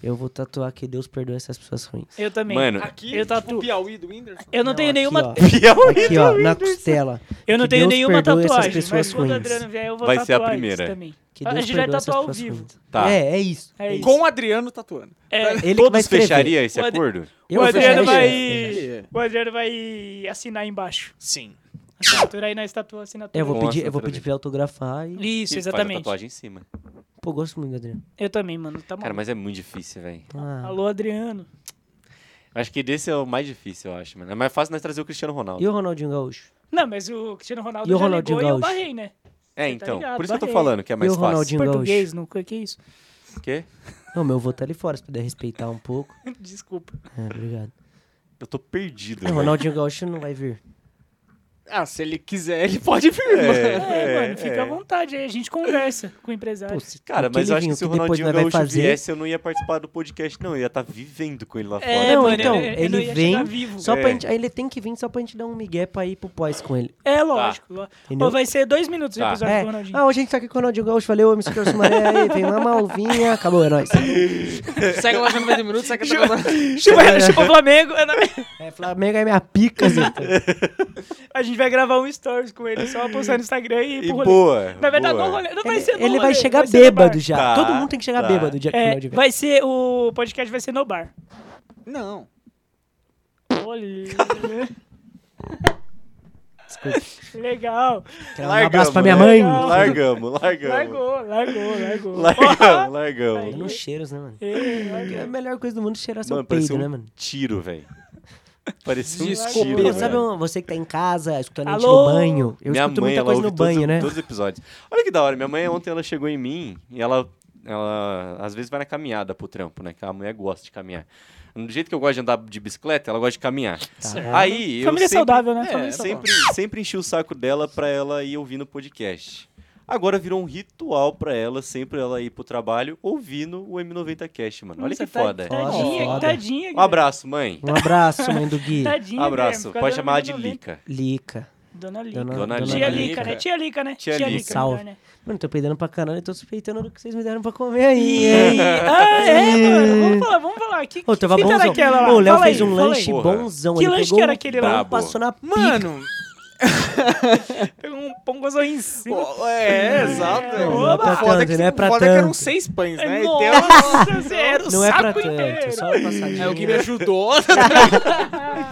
Speaker 2: eu vou tatuar que Deus perdoe essas pessoas ruins.
Speaker 3: Eu também.
Speaker 1: Mano,
Speaker 4: Aqui,
Speaker 3: Eu
Speaker 4: eu
Speaker 3: tatu-
Speaker 4: tipo, Piauí do Whindersson.
Speaker 3: Eu não, tenho
Speaker 2: aqui,
Speaker 3: nenhuma.
Speaker 2: ó.
Speaker 1: Piauí
Speaker 2: Aqui,
Speaker 1: do
Speaker 2: ó, na
Speaker 1: Whindersson.
Speaker 2: costela.
Speaker 3: Eu não
Speaker 2: Que
Speaker 3: tenho
Speaker 2: Deus
Speaker 3: nenhuma
Speaker 2: perdoe essas
Speaker 3: tatuagem, mas
Speaker 2: pessoas
Speaker 3: quando o
Speaker 2: ruins.
Speaker 3: Adriano vier, eu vou
Speaker 1: Vai ser a
Speaker 3: tatuar isso
Speaker 1: primeira.
Speaker 3: também.
Speaker 2: Que
Speaker 3: Ah, a
Speaker 2: Deus
Speaker 3: gente vai
Speaker 2: perdoe essas
Speaker 3: tatuar ao
Speaker 2: pessoas
Speaker 3: vivo.
Speaker 2: ruins.
Speaker 1: Tá.
Speaker 2: É, é isso.
Speaker 3: É isso.
Speaker 4: Com o Adriano tatuando.
Speaker 3: É,
Speaker 2: Ele que vai
Speaker 1: Todos
Speaker 2: escrever.
Speaker 1: fechariam esse
Speaker 3: O Ad-
Speaker 1: acordo?
Speaker 2: Eu
Speaker 3: o Adriano
Speaker 4: fechar,
Speaker 3: vai.
Speaker 4: eu fechar.
Speaker 3: O Adriano vai assinar embaixo.
Speaker 4: Sim.
Speaker 3: Assinatura aí na estatua assinatura.
Speaker 2: Eu vou
Speaker 1: Com a
Speaker 2: pedir, eu vou
Speaker 1: assinatura
Speaker 2: pedir
Speaker 1: dele.
Speaker 2: pra ele autografar e.
Speaker 1: E
Speaker 3: Isso,
Speaker 1: faz a
Speaker 3: exatamente.
Speaker 1: tatuagem em cima.
Speaker 2: Pô, eu gosto muito do Adriano.
Speaker 3: Eu também, mano. Tá bom.
Speaker 1: Cara, mas é muito difícil, velho.
Speaker 2: Ah.
Speaker 3: Alô, Adriano.
Speaker 1: Acho que desse é o mais difícil, eu acho, mano. É mais fácil nós trazer o Cristiano Ronaldo.
Speaker 2: E o Ronaldinho Gaúcho?
Speaker 3: Não, mas o Cristiano Ronaldo
Speaker 2: E o
Speaker 3: já
Speaker 2: Ronaldinho
Speaker 3: ligou e eu
Speaker 2: Gaúcho?
Speaker 3: barrei, né?
Speaker 1: É,
Speaker 3: tá
Speaker 1: então.
Speaker 3: ligado,
Speaker 1: por isso que eu tô
Speaker 3: barrei.
Speaker 1: falando que é mais
Speaker 2: E o
Speaker 1: fácil.
Speaker 2: Ronaldinho? Gaúcho.
Speaker 3: Português, não, que que é isso?
Speaker 1: O quê?
Speaker 2: Não, meu, eu vou estar ali fora, se puder respeitar um pouco.
Speaker 3: Desculpa.
Speaker 2: É, obrigado.
Speaker 1: Eu tô perdido.
Speaker 2: O
Speaker 1: velho.
Speaker 2: É, Ronaldinho Gaúcho não vai vir.
Speaker 4: Ah, se ele quiser, ele pode vir,
Speaker 1: É,
Speaker 4: mano.
Speaker 3: É,
Speaker 1: é,
Speaker 3: mano, fica à
Speaker 1: é.
Speaker 3: vontade aí, a gente conversa com o empresário.
Speaker 2: Pô, se-
Speaker 1: Cara, mas
Speaker 2: aquele
Speaker 1: eu acho que
Speaker 2: vinho
Speaker 1: se o
Speaker 2: depois
Speaker 1: Ronaldinho
Speaker 2: nós vai
Speaker 1: Gaúcho
Speaker 2: fazer-
Speaker 1: viesse, eu não ia participar do podcast, não. Eu ia estar vivendo com ele lá fora.
Speaker 2: não,
Speaker 3: É, mano,
Speaker 2: então,
Speaker 3: eu- eu
Speaker 2: ele
Speaker 3: não ia
Speaker 2: vem
Speaker 3: chegar vivo.
Speaker 2: Só pra
Speaker 1: É.
Speaker 2: gente, aí ele tem que vir só pra gente dar um migué pra ir pro pós com ele.
Speaker 3: É, lógico. lo-
Speaker 2: Entendeu?
Speaker 3: Pô, vai ser dois minutos o
Speaker 1: Tá.
Speaker 3: episódio
Speaker 2: É.
Speaker 3: do Ronaldinho.
Speaker 2: Ah, hoje a gente tá aqui com o Ronaldinho Gaúcho. Valeu, MC Torso Maré. Aí, vem uma malvinha. Acabou, é nóis.
Speaker 4: Segue lá já 90 minutos, segue lá. tá
Speaker 3: Chupa, chupa o Flamengo. é, não-
Speaker 2: É, Flamengo é minha pica, Zito.
Speaker 3: A gente vai gravar um stories com ele, só postar no Instagram e ir
Speaker 1: E
Speaker 3: pro tipo um rolê.
Speaker 1: boa.
Speaker 3: Mas vai dar
Speaker 1: boa.
Speaker 3: no rolê. Não vai
Speaker 2: Ele,
Speaker 3: ser no
Speaker 2: ele
Speaker 3: rolê,
Speaker 2: vai chegar
Speaker 3: ser no
Speaker 2: bêbado
Speaker 3: bar.
Speaker 2: já.
Speaker 1: Tá,
Speaker 2: Todo mundo tem que chegar
Speaker 1: tá.
Speaker 2: bêbado o dia que o
Speaker 3: É,
Speaker 2: Ronaldinho vier.
Speaker 3: vai ser, o podcast vai ser no bar.
Speaker 4: Não.
Speaker 3: Olha,
Speaker 2: Desculpa.
Speaker 3: legal.
Speaker 1: Largamos,
Speaker 2: Quero um abraço pra minha mãe.
Speaker 3: né?
Speaker 1: Largamos, largamos.
Speaker 3: Largou, largou, largou.
Speaker 1: Largamos, largamos.
Speaker 2: Eu não cheiros, né, mano?
Speaker 3: Ei, largou.
Speaker 2: É a melhor coisa do mundo cheirar seu
Speaker 1: Mano,
Speaker 2: peito,
Speaker 1: parecia um
Speaker 2: né, mano?
Speaker 1: tiro, velho. Parecia um
Speaker 4: Desculpa,
Speaker 1: tiro,
Speaker 2: Pô,
Speaker 4: mano.
Speaker 2: sabe
Speaker 1: velho.
Speaker 2: um- você que tá em casa, escutando a gente
Speaker 3: Alô?
Speaker 2: no banho? Eu
Speaker 1: minha
Speaker 2: escuto
Speaker 1: mãe,
Speaker 2: muita
Speaker 1: ela
Speaker 2: coisa no
Speaker 1: ouve todos,
Speaker 2: banho, né?
Speaker 1: todos os episódios. Olha que da hora. Minha mãe, ontem, ela chegou em mim e ela, ela às vezes vai na caminhada pro trampo, né? Que a mulher gosta de caminhar. Do jeito que eu gosto de andar de bicicleta, ela gosta de caminhar. Aí, eu sempre-
Speaker 3: Família saudável, né?
Speaker 4: é,
Speaker 3: Família saudável.
Speaker 1: sempre, sempre enchi o saco dela pra ela ir ouvindo podcast. Agora virou um ritual pra ela, sempre ela ir pro trabalho ouvindo o M90 Cast, mano. Olha
Speaker 3: Nossa,
Speaker 1: que
Speaker 3: tá-
Speaker 1: foda.
Speaker 3: Tadinha,
Speaker 2: Nossa, foda.
Speaker 3: tadinha.
Speaker 1: Um abraço, mãe.
Speaker 2: Um abraço, mãe do Gui.
Speaker 3: Tadinha,
Speaker 1: abraço.
Speaker 3: Guilherme, fica
Speaker 1: Pode
Speaker 3: dando
Speaker 1: chamar ela de
Speaker 3: 90.
Speaker 1: Lica.
Speaker 2: Lica.
Speaker 3: Dona Lica.
Speaker 2: Dona,
Speaker 1: Dona
Speaker 2: Dona
Speaker 3: Tia
Speaker 1: Lica.
Speaker 3: Lica, né? Tia Lica, né?
Speaker 1: Tia Lica.
Speaker 2: Salve.
Speaker 3: melhor, né?
Speaker 2: Mano, tô peidando pra caralho e tô suspeitando do que vocês me deram pra comer aí, hein?
Speaker 3: Ah, é, mano. Vamos falar, vamos falar. Que,
Speaker 2: Ô,
Speaker 3: que
Speaker 2: tava
Speaker 3: fita era
Speaker 2: bonzão.
Speaker 3: aquela lá?
Speaker 2: Ô, o Léo
Speaker 3: Fala
Speaker 2: fez
Speaker 3: aí,
Speaker 2: um
Speaker 3: fala aí.
Speaker 2: lanche
Speaker 1: Porra.
Speaker 2: bonzão.
Speaker 3: Que
Speaker 2: ele
Speaker 3: lanche
Speaker 2: pegou
Speaker 3: que era
Speaker 2: um
Speaker 3: aquele
Speaker 2: pão,
Speaker 1: lá?
Speaker 2: Passou na pica.
Speaker 4: Mano.
Speaker 3: Pegou um pão gozoinho em cima.
Speaker 4: pô, é, exato.
Speaker 3: Não,
Speaker 2: não é pra
Speaker 4: foda que,
Speaker 2: tanto, não é pra
Speaker 4: foda que eram
Speaker 2: tanto.
Speaker 4: seis pães, né? E tem uma-
Speaker 3: É Nossa, zero,
Speaker 2: Não é pra
Speaker 3: saco
Speaker 2: tanto, é
Speaker 3: inteiro.
Speaker 2: só uma passadinha.
Speaker 4: É o que me ajudou.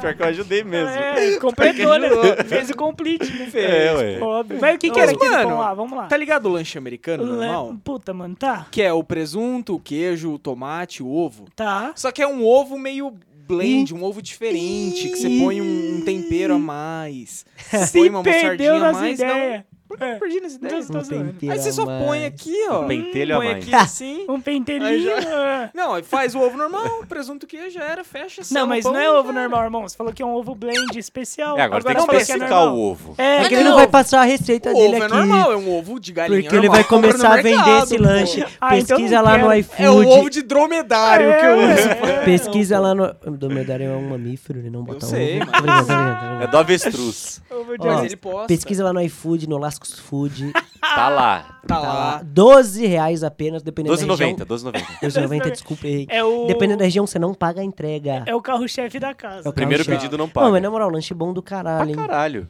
Speaker 1: Pior que eu ajudei mesmo.
Speaker 3: É, completou, né? Fez o complete, né?
Speaker 1: É, ué.
Speaker 3: Óbvio. Mas o que, que
Speaker 4: Mas,
Speaker 3: era aquele
Speaker 4: mano,
Speaker 3: pão lá? Vamos lá.
Speaker 4: Tá ligado o lanche americano
Speaker 3: Le-
Speaker 4: normal?
Speaker 3: Puta, mano, tá.
Speaker 4: Que é o presunto, o queijo, o tomate, o ovo.
Speaker 3: Tá.
Speaker 4: Só que é um ovo meio blend, um ovo diferente, que você põe um, um tempero a mais. Você põe
Speaker 3: Se
Speaker 4: uma mostardinha
Speaker 3: perdeu
Speaker 4: a
Speaker 3: nas
Speaker 4: mais. Não,
Speaker 3: ideias.
Speaker 4: Por que eu perdi nessa ideia?
Speaker 3: Não, tô zoando.
Speaker 2: penteiro
Speaker 4: Aí você só
Speaker 2: a
Speaker 4: põe
Speaker 2: mais.
Speaker 4: aqui, ó.
Speaker 1: Um pentelho a
Speaker 4: põe
Speaker 1: mais.
Speaker 4: aqui assim.
Speaker 3: Um pentelinho.
Speaker 4: Aí já-
Speaker 3: ah.
Speaker 4: Não, aí faz o ovo normal, presunto que já era, fecha, sela
Speaker 3: Não,
Speaker 4: o
Speaker 3: mas não
Speaker 4: pão
Speaker 3: é
Speaker 4: e
Speaker 3: ovo
Speaker 4: já era.
Speaker 3: normal, irmão. Você falou que é um ovo blend especial.
Speaker 1: É, agora, tem que
Speaker 3: falou é
Speaker 1: especificar
Speaker 3: normal.
Speaker 1: o ovo.
Speaker 3: É,
Speaker 2: É que
Speaker 3: que
Speaker 2: ele não vai passar a receita
Speaker 4: O
Speaker 2: dele
Speaker 4: ovo é
Speaker 2: aqui.
Speaker 4: normal, é um ovo de galinha.
Speaker 2: Porque ele vai
Speaker 4: normal, compra no
Speaker 2: começar a vender
Speaker 4: mercado,
Speaker 2: esse
Speaker 4: pô.
Speaker 2: lanche.
Speaker 3: Ah, então
Speaker 2: Pesquisa
Speaker 3: não
Speaker 2: lá no
Speaker 3: quero.
Speaker 2: iFood.
Speaker 4: É o ovo de dromedário que
Speaker 2: É.
Speaker 4: eu uso.
Speaker 2: Pesquisa lá no. O dromedário é um mamífero, ele não bota
Speaker 4: sei,
Speaker 2: ovo.
Speaker 4: mas-
Speaker 2: Tô brincando, tô brincando, tô
Speaker 1: É
Speaker 2: brincando.
Speaker 1: do avestruz.
Speaker 3: Ovo de
Speaker 2: Ó,
Speaker 4: Mas
Speaker 3: arroz.
Speaker 4: ele posta.
Speaker 2: Pesquisa lá no iFood, no Lascos Food.
Speaker 3: Ah!
Speaker 1: Tá lá.
Speaker 4: Tá
Speaker 2: Tá lá.
Speaker 4: lá.
Speaker 2: 12 reais apenas, dependendo da região.
Speaker 1: 12,90, 12,90.
Speaker 2: 12,90, desculpa, Henrique.
Speaker 3: É o-
Speaker 2: Dependendo da região, você não paga a entrega.
Speaker 3: É o carro-chefe da casa.
Speaker 2: É o carro-
Speaker 1: Primeiro
Speaker 2: Calma,
Speaker 1: pedido não
Speaker 2: Não, mas
Speaker 1: paga.
Speaker 2: na moral, lanche bom do caralho,
Speaker 1: Pra
Speaker 2: hein?
Speaker 1: caralho.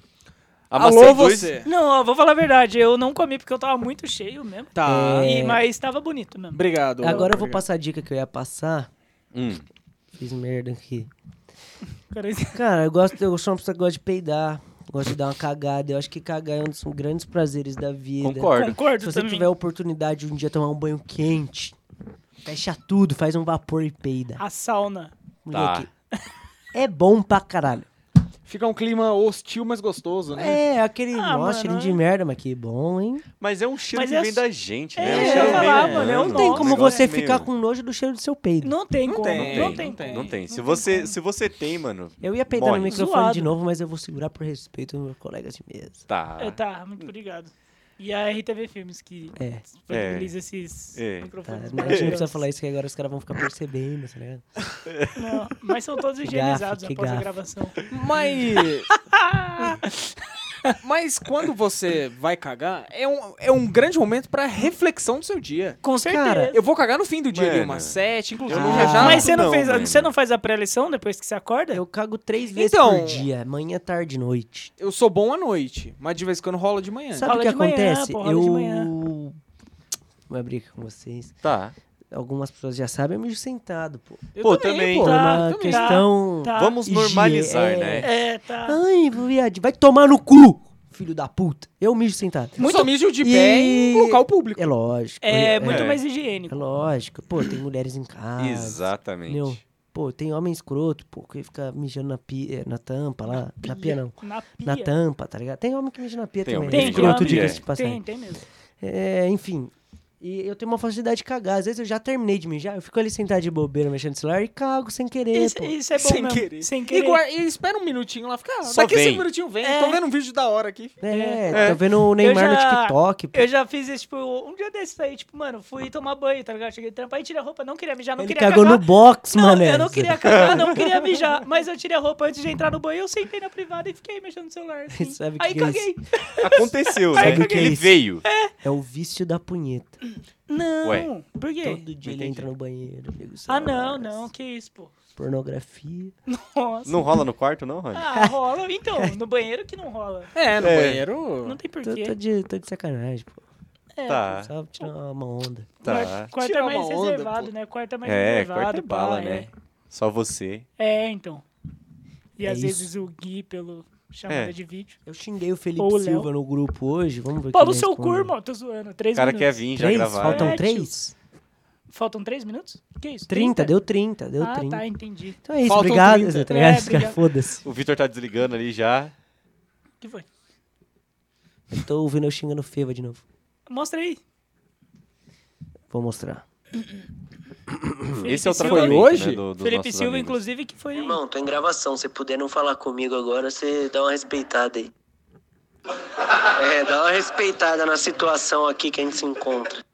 Speaker 1: A
Speaker 4: Alô,
Speaker 1: maçã dois-
Speaker 4: você.
Speaker 3: Não, ó, vou falar a verdade. Eu não comi porque eu tava muito cheio mesmo.
Speaker 2: É.
Speaker 4: Tá.
Speaker 3: E- mas tava bonito mesmo.
Speaker 4: Obrigado.
Speaker 2: Agora eu vou
Speaker 4: obrigado.
Speaker 2: passar a dica que eu ia passar.
Speaker 1: Hum.
Speaker 2: Fiz merda aqui.
Speaker 3: Cara, isso-
Speaker 2: Cara, eu gosto, eu sou uma pessoa que gosta de peidar, gosto de dar uma cagada. Eu acho que cagar é um dos grandes prazeres da vida.
Speaker 1: Concordo.
Speaker 2: Se
Speaker 3: Concordo
Speaker 2: você
Speaker 3: também.
Speaker 2: tiver a oportunidade de um dia tomar um banho quente, fecha tudo, faz um vapor e peida.
Speaker 3: A sauna.
Speaker 1: Tá.
Speaker 2: Moleque, É bom pra caralho.
Speaker 4: Fica um clima hostil, mas gostoso, né?
Speaker 2: É, aquele.
Speaker 3: Ah,
Speaker 2: nossa, cheirinho
Speaker 3: mano,
Speaker 2: de merda, mas que bom, hein?
Speaker 1: Mas é um cheiro
Speaker 3: Mas
Speaker 1: que
Speaker 3: é
Speaker 1: vem
Speaker 3: su-
Speaker 1: da gente,
Speaker 3: É,
Speaker 1: né? um
Speaker 3: eu
Speaker 1: cheiro
Speaker 3: ia
Speaker 1: meio
Speaker 3: falar, mano, é um
Speaker 1: humano,
Speaker 2: Não tem
Speaker 3: nossa,
Speaker 2: como
Speaker 1: negócio
Speaker 2: você
Speaker 1: meio-
Speaker 2: ficar com nojo do cheiro do seu peido.
Speaker 3: Não tem como.
Speaker 4: tem,
Speaker 3: não tem como.
Speaker 1: Não tem. Se
Speaker 3: Não
Speaker 1: você,
Speaker 3: como.
Speaker 1: se você tem, mano.
Speaker 2: Eu ia peidar
Speaker 1: Morre.
Speaker 2: no microfone
Speaker 3: Zoado.
Speaker 2: de novo, mas eu vou segurar por respeito ao meu colega de mesa.
Speaker 1: Tá.
Speaker 3: É, tá, muito obrigado. E a RTV Filmes que
Speaker 2: É.
Speaker 3: disponibiliza esses
Speaker 1: É.
Speaker 2: Tá, a
Speaker 3: microfones.
Speaker 2: gente não
Speaker 3: é.
Speaker 2: precisa falar isso que agora os caras vão ficar percebendo, tá ligado?
Speaker 3: Não, mas são todos
Speaker 2: gafe,
Speaker 3: higienizados
Speaker 2: que
Speaker 3: após a
Speaker 2: gafe.
Speaker 3: gravação.
Speaker 4: Mas. mas quando você vai cagar, é um, é um grande momento pra reflexão do seu dia.
Speaker 3: Com certeza.
Speaker 2: Cara,
Speaker 4: Eu vou cagar no fim do dia, ali,
Speaker 1: Mano.
Speaker 4: umas sete, inclusive.
Speaker 2: Eu
Speaker 4: eu
Speaker 2: não-
Speaker 4: já já
Speaker 3: Mas você não,
Speaker 1: não,
Speaker 3: fez,
Speaker 1: mano.
Speaker 3: você não faz a pré-lição depois que você acorda?
Speaker 2: Eu cago três vezes
Speaker 4: Então-
Speaker 2: por dia, manhã, tarde e noite.
Speaker 4: Eu sou bom à noite, mas de vez em quando rola de manhã.
Speaker 2: Sabe o
Speaker 3: Rola
Speaker 2: que
Speaker 3: É, de manhã,
Speaker 2: acontece?
Speaker 3: pô, rola de manhã.
Speaker 2: eu. Vou abrir aqui com vocês.
Speaker 1: Tá.
Speaker 2: Algumas pessoas já sabem, eu mijo sentado, pô.
Speaker 4: Eu
Speaker 1: Pô, também, né?
Speaker 2: Pô,
Speaker 3: Tá,
Speaker 2: é uma
Speaker 3: também.
Speaker 2: questão.
Speaker 3: Tá.
Speaker 1: Vamos normalizar,
Speaker 2: Higie-
Speaker 1: né?
Speaker 3: É, tá.
Speaker 2: Ai, viado, vai tomar no cu, filho da puta. Eu mijo sentado.
Speaker 4: Muito mijo de
Speaker 2: E-
Speaker 4: pé em local público.
Speaker 2: É lógico.
Speaker 3: É, muito
Speaker 1: é.
Speaker 3: mais
Speaker 2: É
Speaker 3: higiênico.
Speaker 2: lógico. Pô, tem mulheres em casa.
Speaker 1: Exatamente.
Speaker 2: Entendeu? Pô, tem homem escroto, pô, que fica mijando na pia, na tampa lá. Na pia não.
Speaker 3: Na pia.
Speaker 2: Na tampa, tá ligado? Tem homem que mija na pia
Speaker 1: Tem
Speaker 2: também.
Speaker 1: homem
Speaker 3: Tem,
Speaker 1: que mija
Speaker 3: tem,
Speaker 1: na
Speaker 2: escroto,
Speaker 1: pia.
Speaker 2: diga-se de
Speaker 3: tem, tem,
Speaker 2: passagem.
Speaker 3: tem mesmo.
Speaker 2: É, enfim. E eu tenho uma facilidade de cagar. Às vezes eu já terminei de mijar, eu fico ali sentado de bobeira mexendo no celular e cago sem querer,
Speaker 3: Isso,
Speaker 2: pô.
Speaker 3: isso é bom
Speaker 4: Sem
Speaker 3: mesmo.
Speaker 4: querer.
Speaker 3: Sem
Speaker 4: E,
Speaker 3: querer.
Speaker 4: guarda- e espera um minutinho lá, fica. Ah,
Speaker 1: Só
Speaker 4: daqui
Speaker 1: vem.
Speaker 4: cinco minutinhos vem.
Speaker 3: É.
Speaker 4: Tô vendo um vídeo da hora aqui.
Speaker 2: É, tô vendo o Neymar
Speaker 3: já-
Speaker 2: no TikTok, pô.
Speaker 3: Eu já fiz isso, tipo, um dia desses aí, tipo, mano, fui tomar banho, tá ligado? Cheguei de trampo, aí tirei a roupa, não queria mijar, não
Speaker 2: Ele
Speaker 3: queria
Speaker 2: cagou
Speaker 3: cagar.
Speaker 2: no box,
Speaker 3: não,
Speaker 2: mano.
Speaker 3: eu não queria cagar, não queria mijar, mas eu tirei a roupa antes de entrar no banho, eu sentei na privada e fiquei mexendo no celular, assim.
Speaker 2: Sabe o que
Speaker 3: aí
Speaker 2: que é
Speaker 3: caguei.
Speaker 1: Aconteceu, né?
Speaker 2: Sabe o que é
Speaker 1: Ele
Speaker 2: isso?
Speaker 1: veio.
Speaker 2: É o vício da punheta.
Speaker 3: Não,
Speaker 1: Ué.
Speaker 3: por quê?
Speaker 2: Todo dia
Speaker 1: Entendi.
Speaker 2: ele entra no banheiro, liga o
Speaker 3: Ah, não,
Speaker 2: celular,
Speaker 3: não, que isso, pô.
Speaker 2: Pornografia.
Speaker 3: Nossa.
Speaker 1: Não rola no quarto, não, Rony?
Speaker 3: Ah, rola, então, no banheiro que não rola.
Speaker 4: É, no
Speaker 1: É.
Speaker 4: banheiro.
Speaker 3: Não tem
Speaker 2: Tô, tô
Speaker 3: porquê.
Speaker 2: de, tô de sacanagem, pô.
Speaker 3: É,
Speaker 1: tá,
Speaker 2: Só tirar uma onda.
Speaker 1: tá.
Speaker 3: Quarto é
Speaker 4: Tira
Speaker 3: mais
Speaker 4: uma onda,
Speaker 3: reservado,
Speaker 4: pô.
Speaker 3: né? Quarto é mais
Speaker 1: É,
Speaker 3: reservado.
Speaker 1: quarto é
Speaker 3: pá,
Speaker 1: bala,
Speaker 3: é.
Speaker 1: né? Só você.
Speaker 3: É, então. E
Speaker 2: É
Speaker 3: às
Speaker 2: isso.
Speaker 3: vezes o Gui pelo chamada
Speaker 1: É.
Speaker 3: de vídeo.
Speaker 2: Eu xinguei o Felipe
Speaker 3: Ou o Léo.
Speaker 2: Silva no grupo hoje, vamos ver o que
Speaker 3: Pô, no
Speaker 2: ele
Speaker 3: seu
Speaker 2: responde.
Speaker 3: cu, irmão, tô zoando.
Speaker 1: O
Speaker 3: Três
Speaker 1: cara
Speaker 3: minutos.
Speaker 1: quer vir, já
Speaker 2: Três?
Speaker 1: gravaram.
Speaker 2: Faltam
Speaker 3: É, tio.
Speaker 2: três?
Speaker 3: Faltam três minutos? Que isso?
Speaker 2: 30, deu 30, deu
Speaker 3: ah,
Speaker 2: 30.
Speaker 3: tá, entendi.
Speaker 2: Então é isso,
Speaker 4: Faltam
Speaker 2: obrigado,
Speaker 4: 30.
Speaker 2: Zé, tá ligado?
Speaker 3: É,
Speaker 2: Os caras,
Speaker 3: obrigado.
Speaker 2: foda-se.
Speaker 1: O Vitor tá desligando ali já.
Speaker 3: O que foi?
Speaker 2: Eu tô ouvindo eu xingando Feva de novo.
Speaker 3: Mostra aí.
Speaker 2: Vou mostrar.
Speaker 1: Esse é o
Speaker 3: Silva.
Speaker 1: tratamento
Speaker 4: Foi hoje?
Speaker 1: né, do- dos
Speaker 3: Felipe
Speaker 1: nossos
Speaker 3: Silva,
Speaker 1: amigos.
Speaker 3: inclusive, que foi.
Speaker 6: Irmão, tô em gravação. Se puder não falar comigo agora, você dá uma respeitada aí. É, dá uma respeitada na situação aqui que a gente se encontra.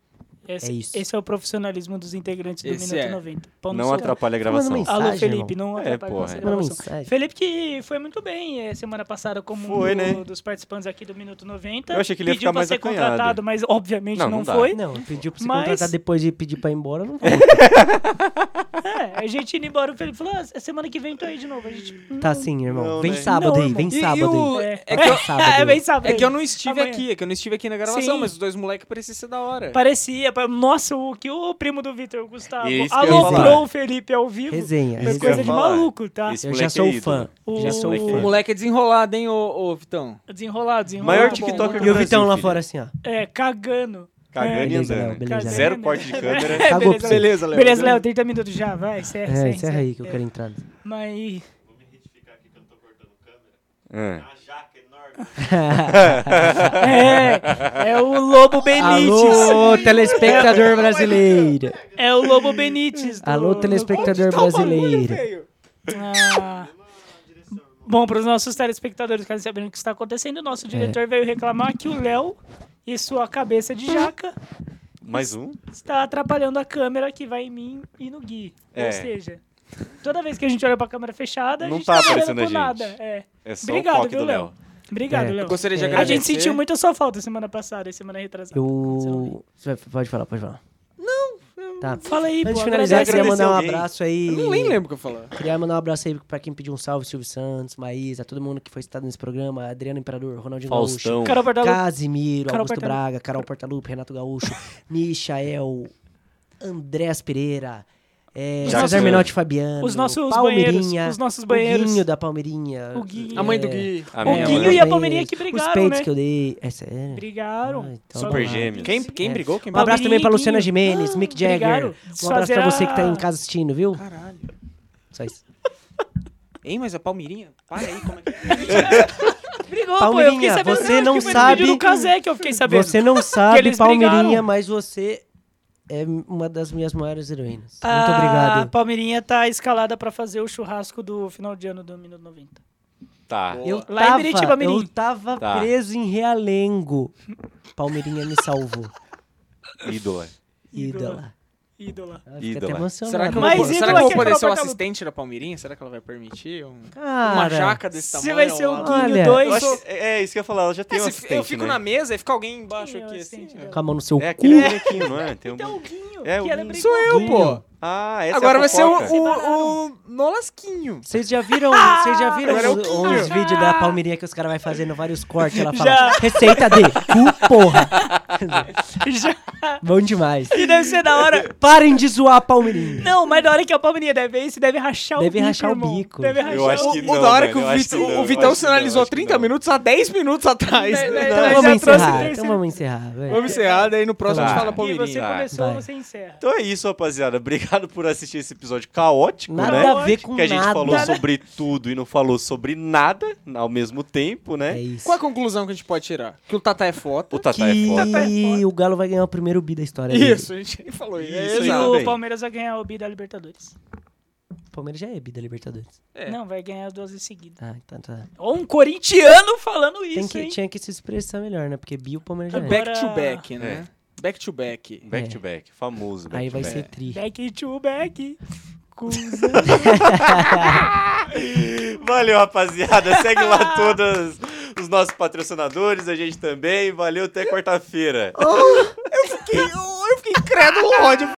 Speaker 3: esse,
Speaker 2: É isso.
Speaker 3: esse é o profissionalismo dos integrantes do
Speaker 4: Esse
Speaker 3: Minuto
Speaker 4: é.
Speaker 3: 90. Pau no
Speaker 1: Não
Speaker 3: seu-
Speaker 1: atrapalha a
Speaker 2: Tá mandando
Speaker 1: gravação.
Speaker 2: mensagem.
Speaker 3: Alô, Felipe, não
Speaker 1: É,
Speaker 3: atrapalha a
Speaker 1: porra.
Speaker 3: nossa
Speaker 2: Manda
Speaker 3: gravação.
Speaker 2: mensagem.
Speaker 3: Felipe que foi muito bem eh, semana passada como
Speaker 1: Foi,
Speaker 3: um do-
Speaker 1: né?
Speaker 3: dos participantes aqui do Minuto 90.
Speaker 1: Eu achei que ele ia
Speaker 3: Pediu
Speaker 1: ficar
Speaker 3: pra
Speaker 1: mais
Speaker 3: ser
Speaker 1: acanhado.
Speaker 3: contratado, mas obviamente
Speaker 1: Não,
Speaker 3: não,
Speaker 1: não dá.
Speaker 3: foi.
Speaker 2: Não, pediu pra você
Speaker 3: Mas-
Speaker 2: contratar depois de pedir pra ir embora, não vou.
Speaker 3: É, a gente indo embora, o Felipe falou, ah, semana que vem tô aí de novo. A gente,
Speaker 2: Tá sim, irmão.
Speaker 1: Não,
Speaker 2: vem
Speaker 1: né?
Speaker 2: sábado
Speaker 3: Não,
Speaker 2: aí,
Speaker 3: irmão.
Speaker 2: vem
Speaker 4: E- e
Speaker 2: sábado
Speaker 4: o-
Speaker 2: aí.
Speaker 3: É,
Speaker 4: é
Speaker 2: Vai
Speaker 4: que eu-
Speaker 2: sábado
Speaker 3: é
Speaker 2: aí.
Speaker 3: bem
Speaker 1: Tá
Speaker 3: sábado.
Speaker 4: É que eu não estive
Speaker 3: Amanhã.
Speaker 4: aqui, é que eu não estive aqui na gravação,
Speaker 3: Sim.
Speaker 4: mas os dois moleques parecia ser da hora.
Speaker 3: Parecia, pa- nossa, o que o primo do Vitor, o Gustavo,
Speaker 1: Isso que eu ia
Speaker 3: aloprou
Speaker 1: falar.
Speaker 3: o Felipe ao vivo.
Speaker 2: Resenha,
Speaker 3: Foi
Speaker 1: isso que eu
Speaker 3: coisa
Speaker 1: ia
Speaker 3: de
Speaker 1: falar.
Speaker 3: maluco, tá?
Speaker 1: Esse
Speaker 2: Eu já
Speaker 1: moleque
Speaker 2: sou
Speaker 1: é ídolo.
Speaker 2: fã. Já
Speaker 3: O-
Speaker 2: sou
Speaker 1: moleque
Speaker 2: fã.
Speaker 4: O moleque é desenrolado, hein, ô, ô Vitão?
Speaker 3: Desenrolado, desenrolado.
Speaker 1: Maior
Speaker 4: Muito bom,
Speaker 1: TikToker
Speaker 4: muito
Speaker 2: E o
Speaker 1: do
Speaker 2: Vitão
Speaker 1: Brasil,
Speaker 2: lá
Speaker 1: é filho.
Speaker 2: fora assim, ó.
Speaker 3: É, cagando.
Speaker 1: Cagando e
Speaker 2: Beleza, Léo,
Speaker 1: andando.
Speaker 2: beleza.
Speaker 1: Zero
Speaker 3: Cagando.
Speaker 1: corte de câmera.
Speaker 3: É,
Speaker 2: Cagou
Speaker 3: beleza,
Speaker 2: pra você.
Speaker 4: Beleza, Léo.
Speaker 3: Beleza, Léo, 30 minutos já, vai, encerra,
Speaker 2: É,
Speaker 3: encerra,
Speaker 2: encerra aí que eu
Speaker 3: é.
Speaker 2: quero entrar.
Speaker 3: Mas...
Speaker 1: Ah.
Speaker 3: É, é o Lobo Benítez.
Speaker 2: Alô, telespectador brasileiro.
Speaker 3: É o Lobo Benítez. do-
Speaker 2: Alô,
Speaker 3: do-
Speaker 2: telespectador
Speaker 4: Tá um
Speaker 2: brasileiro.
Speaker 3: Ah. Bom, para os nossos telespectadores que sabendo o que está acontecendo, o
Speaker 2: É.
Speaker 3: nosso diretor veio reclamar que o Léo e sua cabeça de jaca
Speaker 1: Mais um?
Speaker 3: está atrapalhando a câmera que vai em mim e no Gui.
Speaker 1: É.
Speaker 3: Ou seja, toda vez que a gente olha para a câmera fechada,
Speaker 1: Não
Speaker 3: a gente
Speaker 1: tá
Speaker 3: tá olhando
Speaker 1: aparecendo
Speaker 3: por
Speaker 1: a gente.
Speaker 3: nada. É.
Speaker 1: É só
Speaker 3: Obrigado,
Speaker 1: o coque
Speaker 3: viu,
Speaker 1: do Léo.
Speaker 3: Obrigado,
Speaker 2: É,
Speaker 3: Léo.
Speaker 4: Eu gostaria de
Speaker 2: É.
Speaker 3: A
Speaker 4: agradecer.
Speaker 3: gente sentiu muito a sua falta semana passada e semana retrasada. Você não veio.
Speaker 2: Eu. Você vai- Pode falar, pode falar. Não. Tá.
Speaker 3: Fala aí,
Speaker 2: Antes de
Speaker 3: pô.
Speaker 2: finalizar, eu
Speaker 3: agradece.
Speaker 2: queria mandar um
Speaker 1: agradecer alguém.
Speaker 2: abraço aí.
Speaker 4: Eu nem lembro o que eu falava.
Speaker 2: Queria mandar um abraço aí pra quem pediu um salve, Silvio Santos, Maísa, todo mundo que foi citado nesse programa, Adriano Imperador, Ronaldinho
Speaker 1: Faustão.
Speaker 3: Carol
Speaker 2: Gaúcho,
Speaker 3: Bartolomeu.
Speaker 2: Casimiro,
Speaker 3: Tá Carol
Speaker 2: Augusto
Speaker 3: Portalupe.
Speaker 2: Braga, Carol Portalupe, Renato Gaúcho, Michael, Andrés Pereira, é,
Speaker 3: Os
Speaker 2: César
Speaker 1: nossos-
Speaker 2: Menotti Fabiano,
Speaker 3: os nossos
Speaker 2: Palmeirinha,
Speaker 3: banheiros, os nossos banheiros.
Speaker 2: o Guinho da Palmeirinha,
Speaker 3: O Guinho.
Speaker 4: A mãe
Speaker 2: É.
Speaker 4: do Gui.
Speaker 1: A
Speaker 3: O
Speaker 1: minha
Speaker 3: Guinho
Speaker 1: mãe.
Speaker 3: e a Palmeirinha que
Speaker 2: Os
Speaker 3: brigaram,
Speaker 2: peitos
Speaker 3: né?
Speaker 2: que eu dei, é sério.
Speaker 3: Brigaram.
Speaker 2: Ah, então
Speaker 3: Só
Speaker 2: vamos
Speaker 1: Super
Speaker 2: lá.
Speaker 1: gêmeos.
Speaker 4: Quem, quem
Speaker 2: É.
Speaker 4: brigou? Quem
Speaker 2: Um abraço também
Speaker 3: Palmeirinha,
Speaker 2: pra Luciana
Speaker 3: Guinho. Ah,
Speaker 2: Jimenez, Mick Jagger.
Speaker 3: brigaram.
Speaker 2: Um abraço pra
Speaker 3: Desfazer
Speaker 2: você que tá aí
Speaker 3: a-
Speaker 2: em casa assistindo, viu?
Speaker 4: Caralho.
Speaker 2: Só isso.
Speaker 4: Hein, mas a Palmeirinha? Para aí, como é que é?
Speaker 3: Brigou, pô. Eu fiquei
Speaker 2: Palmeirinha,
Speaker 3: sabendo
Speaker 2: você não
Speaker 3: que foi no vídeo
Speaker 2: sabe-
Speaker 3: do Kazé que eu fiquei sabendo.
Speaker 2: Você não
Speaker 3: Tá Que
Speaker 2: sabe,
Speaker 3: eles
Speaker 2: Palmeirinha,
Speaker 3: brigaram.
Speaker 2: mas você é uma das minhas maiores heroínas. Muito
Speaker 3: A
Speaker 2: obrigado.
Speaker 3: Ah, Palmeirinha tá escalada pra fazer o churrasco do final de ano do Minuto 90.
Speaker 1: Tá.
Speaker 4: Boa.
Speaker 2: Eu
Speaker 3: Lá em
Speaker 2: tava,
Speaker 3: Biritiba, Mirim.
Speaker 2: eu tava
Speaker 1: Tá.
Speaker 2: preso em Realengo. Palmeirinha me salvou.
Speaker 1: Ídola.
Speaker 2: Ídola.
Speaker 3: Ídola.
Speaker 2: Ah, fiquei
Speaker 1: Ídola.
Speaker 2: até emocionado.
Speaker 4: Será que eu,
Speaker 3: Mas
Speaker 4: vou,
Speaker 3: e
Speaker 4: será
Speaker 3: do
Speaker 4: é que eu vou
Speaker 3: Raquel
Speaker 4: parecer o
Speaker 3: Portalupe?
Speaker 4: assistente da Palmeirinha? Será que ela vai permitir? um- uma
Speaker 2: Cara,
Speaker 4: jaca desse tamanho?
Speaker 3: Você vai ser o
Speaker 4: uma-
Speaker 3: Guinho
Speaker 2: Olha,
Speaker 3: 2.
Speaker 1: Eu acho- é, é isso que eu ia falar, ela já
Speaker 4: É,
Speaker 1: tem um
Speaker 4: se-
Speaker 1: assistente,
Speaker 4: eu fico
Speaker 1: né?
Speaker 4: na mesa e fica alguém embaixo
Speaker 3: Quem é o
Speaker 4: aqui, assim.
Speaker 3: assistente dela?
Speaker 2: Com a mão no seu
Speaker 1: É
Speaker 2: cu.
Speaker 4: né?
Speaker 1: aquele bonequinho, não é? Tem um...
Speaker 3: Então o Guinho,
Speaker 1: É, o
Speaker 3: que era
Speaker 1: Guinho.
Speaker 3: brigou.
Speaker 4: Sou eu, pô.
Speaker 1: Ah, essa
Speaker 4: Agora
Speaker 1: é a
Speaker 4: vai ser o,
Speaker 1: fofoca.
Speaker 4: o, o Nolasquinho.
Speaker 2: Vocês já viram, vocês já viram
Speaker 4: Agora é o
Speaker 2: os,
Speaker 4: Quinho.
Speaker 2: os vídeos da Palmeirinha que os caras vai fazendo vários cortes? Ela fala,
Speaker 3: Já.
Speaker 2: receita de cu, porra.
Speaker 3: Já-
Speaker 2: Bom demais.
Speaker 3: E deve ser da hora.
Speaker 2: Parem de zoar a Palmeirinha.
Speaker 3: Não, mas da hora que a Palmeirinha deve ver isso, deve rachar o
Speaker 2: Deve
Speaker 3: bico.
Speaker 2: rachar o
Speaker 3: irmão.
Speaker 2: bico.
Speaker 3: Deve rachar
Speaker 1: Eu acho
Speaker 3: o
Speaker 1: que
Speaker 4: o
Speaker 1: não, é
Speaker 4: da hora
Speaker 1: velho,
Speaker 4: que
Speaker 1: eu
Speaker 4: o,
Speaker 1: acho
Speaker 4: Vit-
Speaker 1: que não,
Speaker 4: o
Speaker 1: eu
Speaker 4: Vitão
Speaker 1: acho que não,
Speaker 4: sinalizou
Speaker 1: acho que
Speaker 4: 30
Speaker 1: não.
Speaker 4: minutos há 10 minutos atrás.
Speaker 3: Não,
Speaker 4: né?
Speaker 3: não,
Speaker 2: Então
Speaker 3: já
Speaker 2: vamos
Speaker 3: trouxe
Speaker 2: encerrar,
Speaker 3: terceiro.
Speaker 2: então vamos encerrar. velho.
Speaker 4: Vamos encerrar, daí no próximo a gente
Speaker 1: Tá.
Speaker 4: fala
Speaker 3: E você
Speaker 4: Palmeirinha.
Speaker 1: Vai.
Speaker 3: começou,
Speaker 2: Vai.
Speaker 3: você encerra.
Speaker 1: Então é isso, rapaziada. Obrigado por assistir esse episódio caótico,
Speaker 2: Nada
Speaker 1: né?
Speaker 2: a ver com
Speaker 1: que a gente
Speaker 2: nada.
Speaker 1: falou sobre tudo e não falou sobre nada ao mesmo tempo,
Speaker 2: É
Speaker 1: né?
Speaker 2: isso.
Speaker 4: Qual a conclusão que a gente pode tirar? Que o Tata é foda.
Speaker 1: O Tata é foda.
Speaker 2: que o Galo vai ganhar o primeiro bi da história. dele.
Speaker 4: Isso, a gente falou isso.
Speaker 1: Isso,
Speaker 4: Exato.
Speaker 3: E
Speaker 1: Exato.
Speaker 3: o
Speaker 1: Bem.
Speaker 3: Palmeiras vai ganhar o B da Libertadores.
Speaker 2: O Palmeiras já é bi da Libertadores.
Speaker 4: É.
Speaker 3: Não, vai ganhar as duas em seguida.
Speaker 2: Ah, então tá.
Speaker 3: Ou um corintiano falando
Speaker 2: Tem
Speaker 3: isso,
Speaker 2: que,
Speaker 3: hein?
Speaker 2: tinha que se expressar melhor, né? Porque bi o Palmeiras já é.
Speaker 4: Back to back, né? Back to back.
Speaker 1: Back to back, famoso. Back
Speaker 3: é.
Speaker 2: Aí
Speaker 1: to
Speaker 2: vai
Speaker 1: back.
Speaker 2: ser tri.
Speaker 3: Back to back. Cusão.
Speaker 1: Valeu, rapaziada. Segue lá todos os nossos patrocinadores, a gente também. Valeu, até quarta-feira.
Speaker 4: Eu fiquei incrédulo, ódio.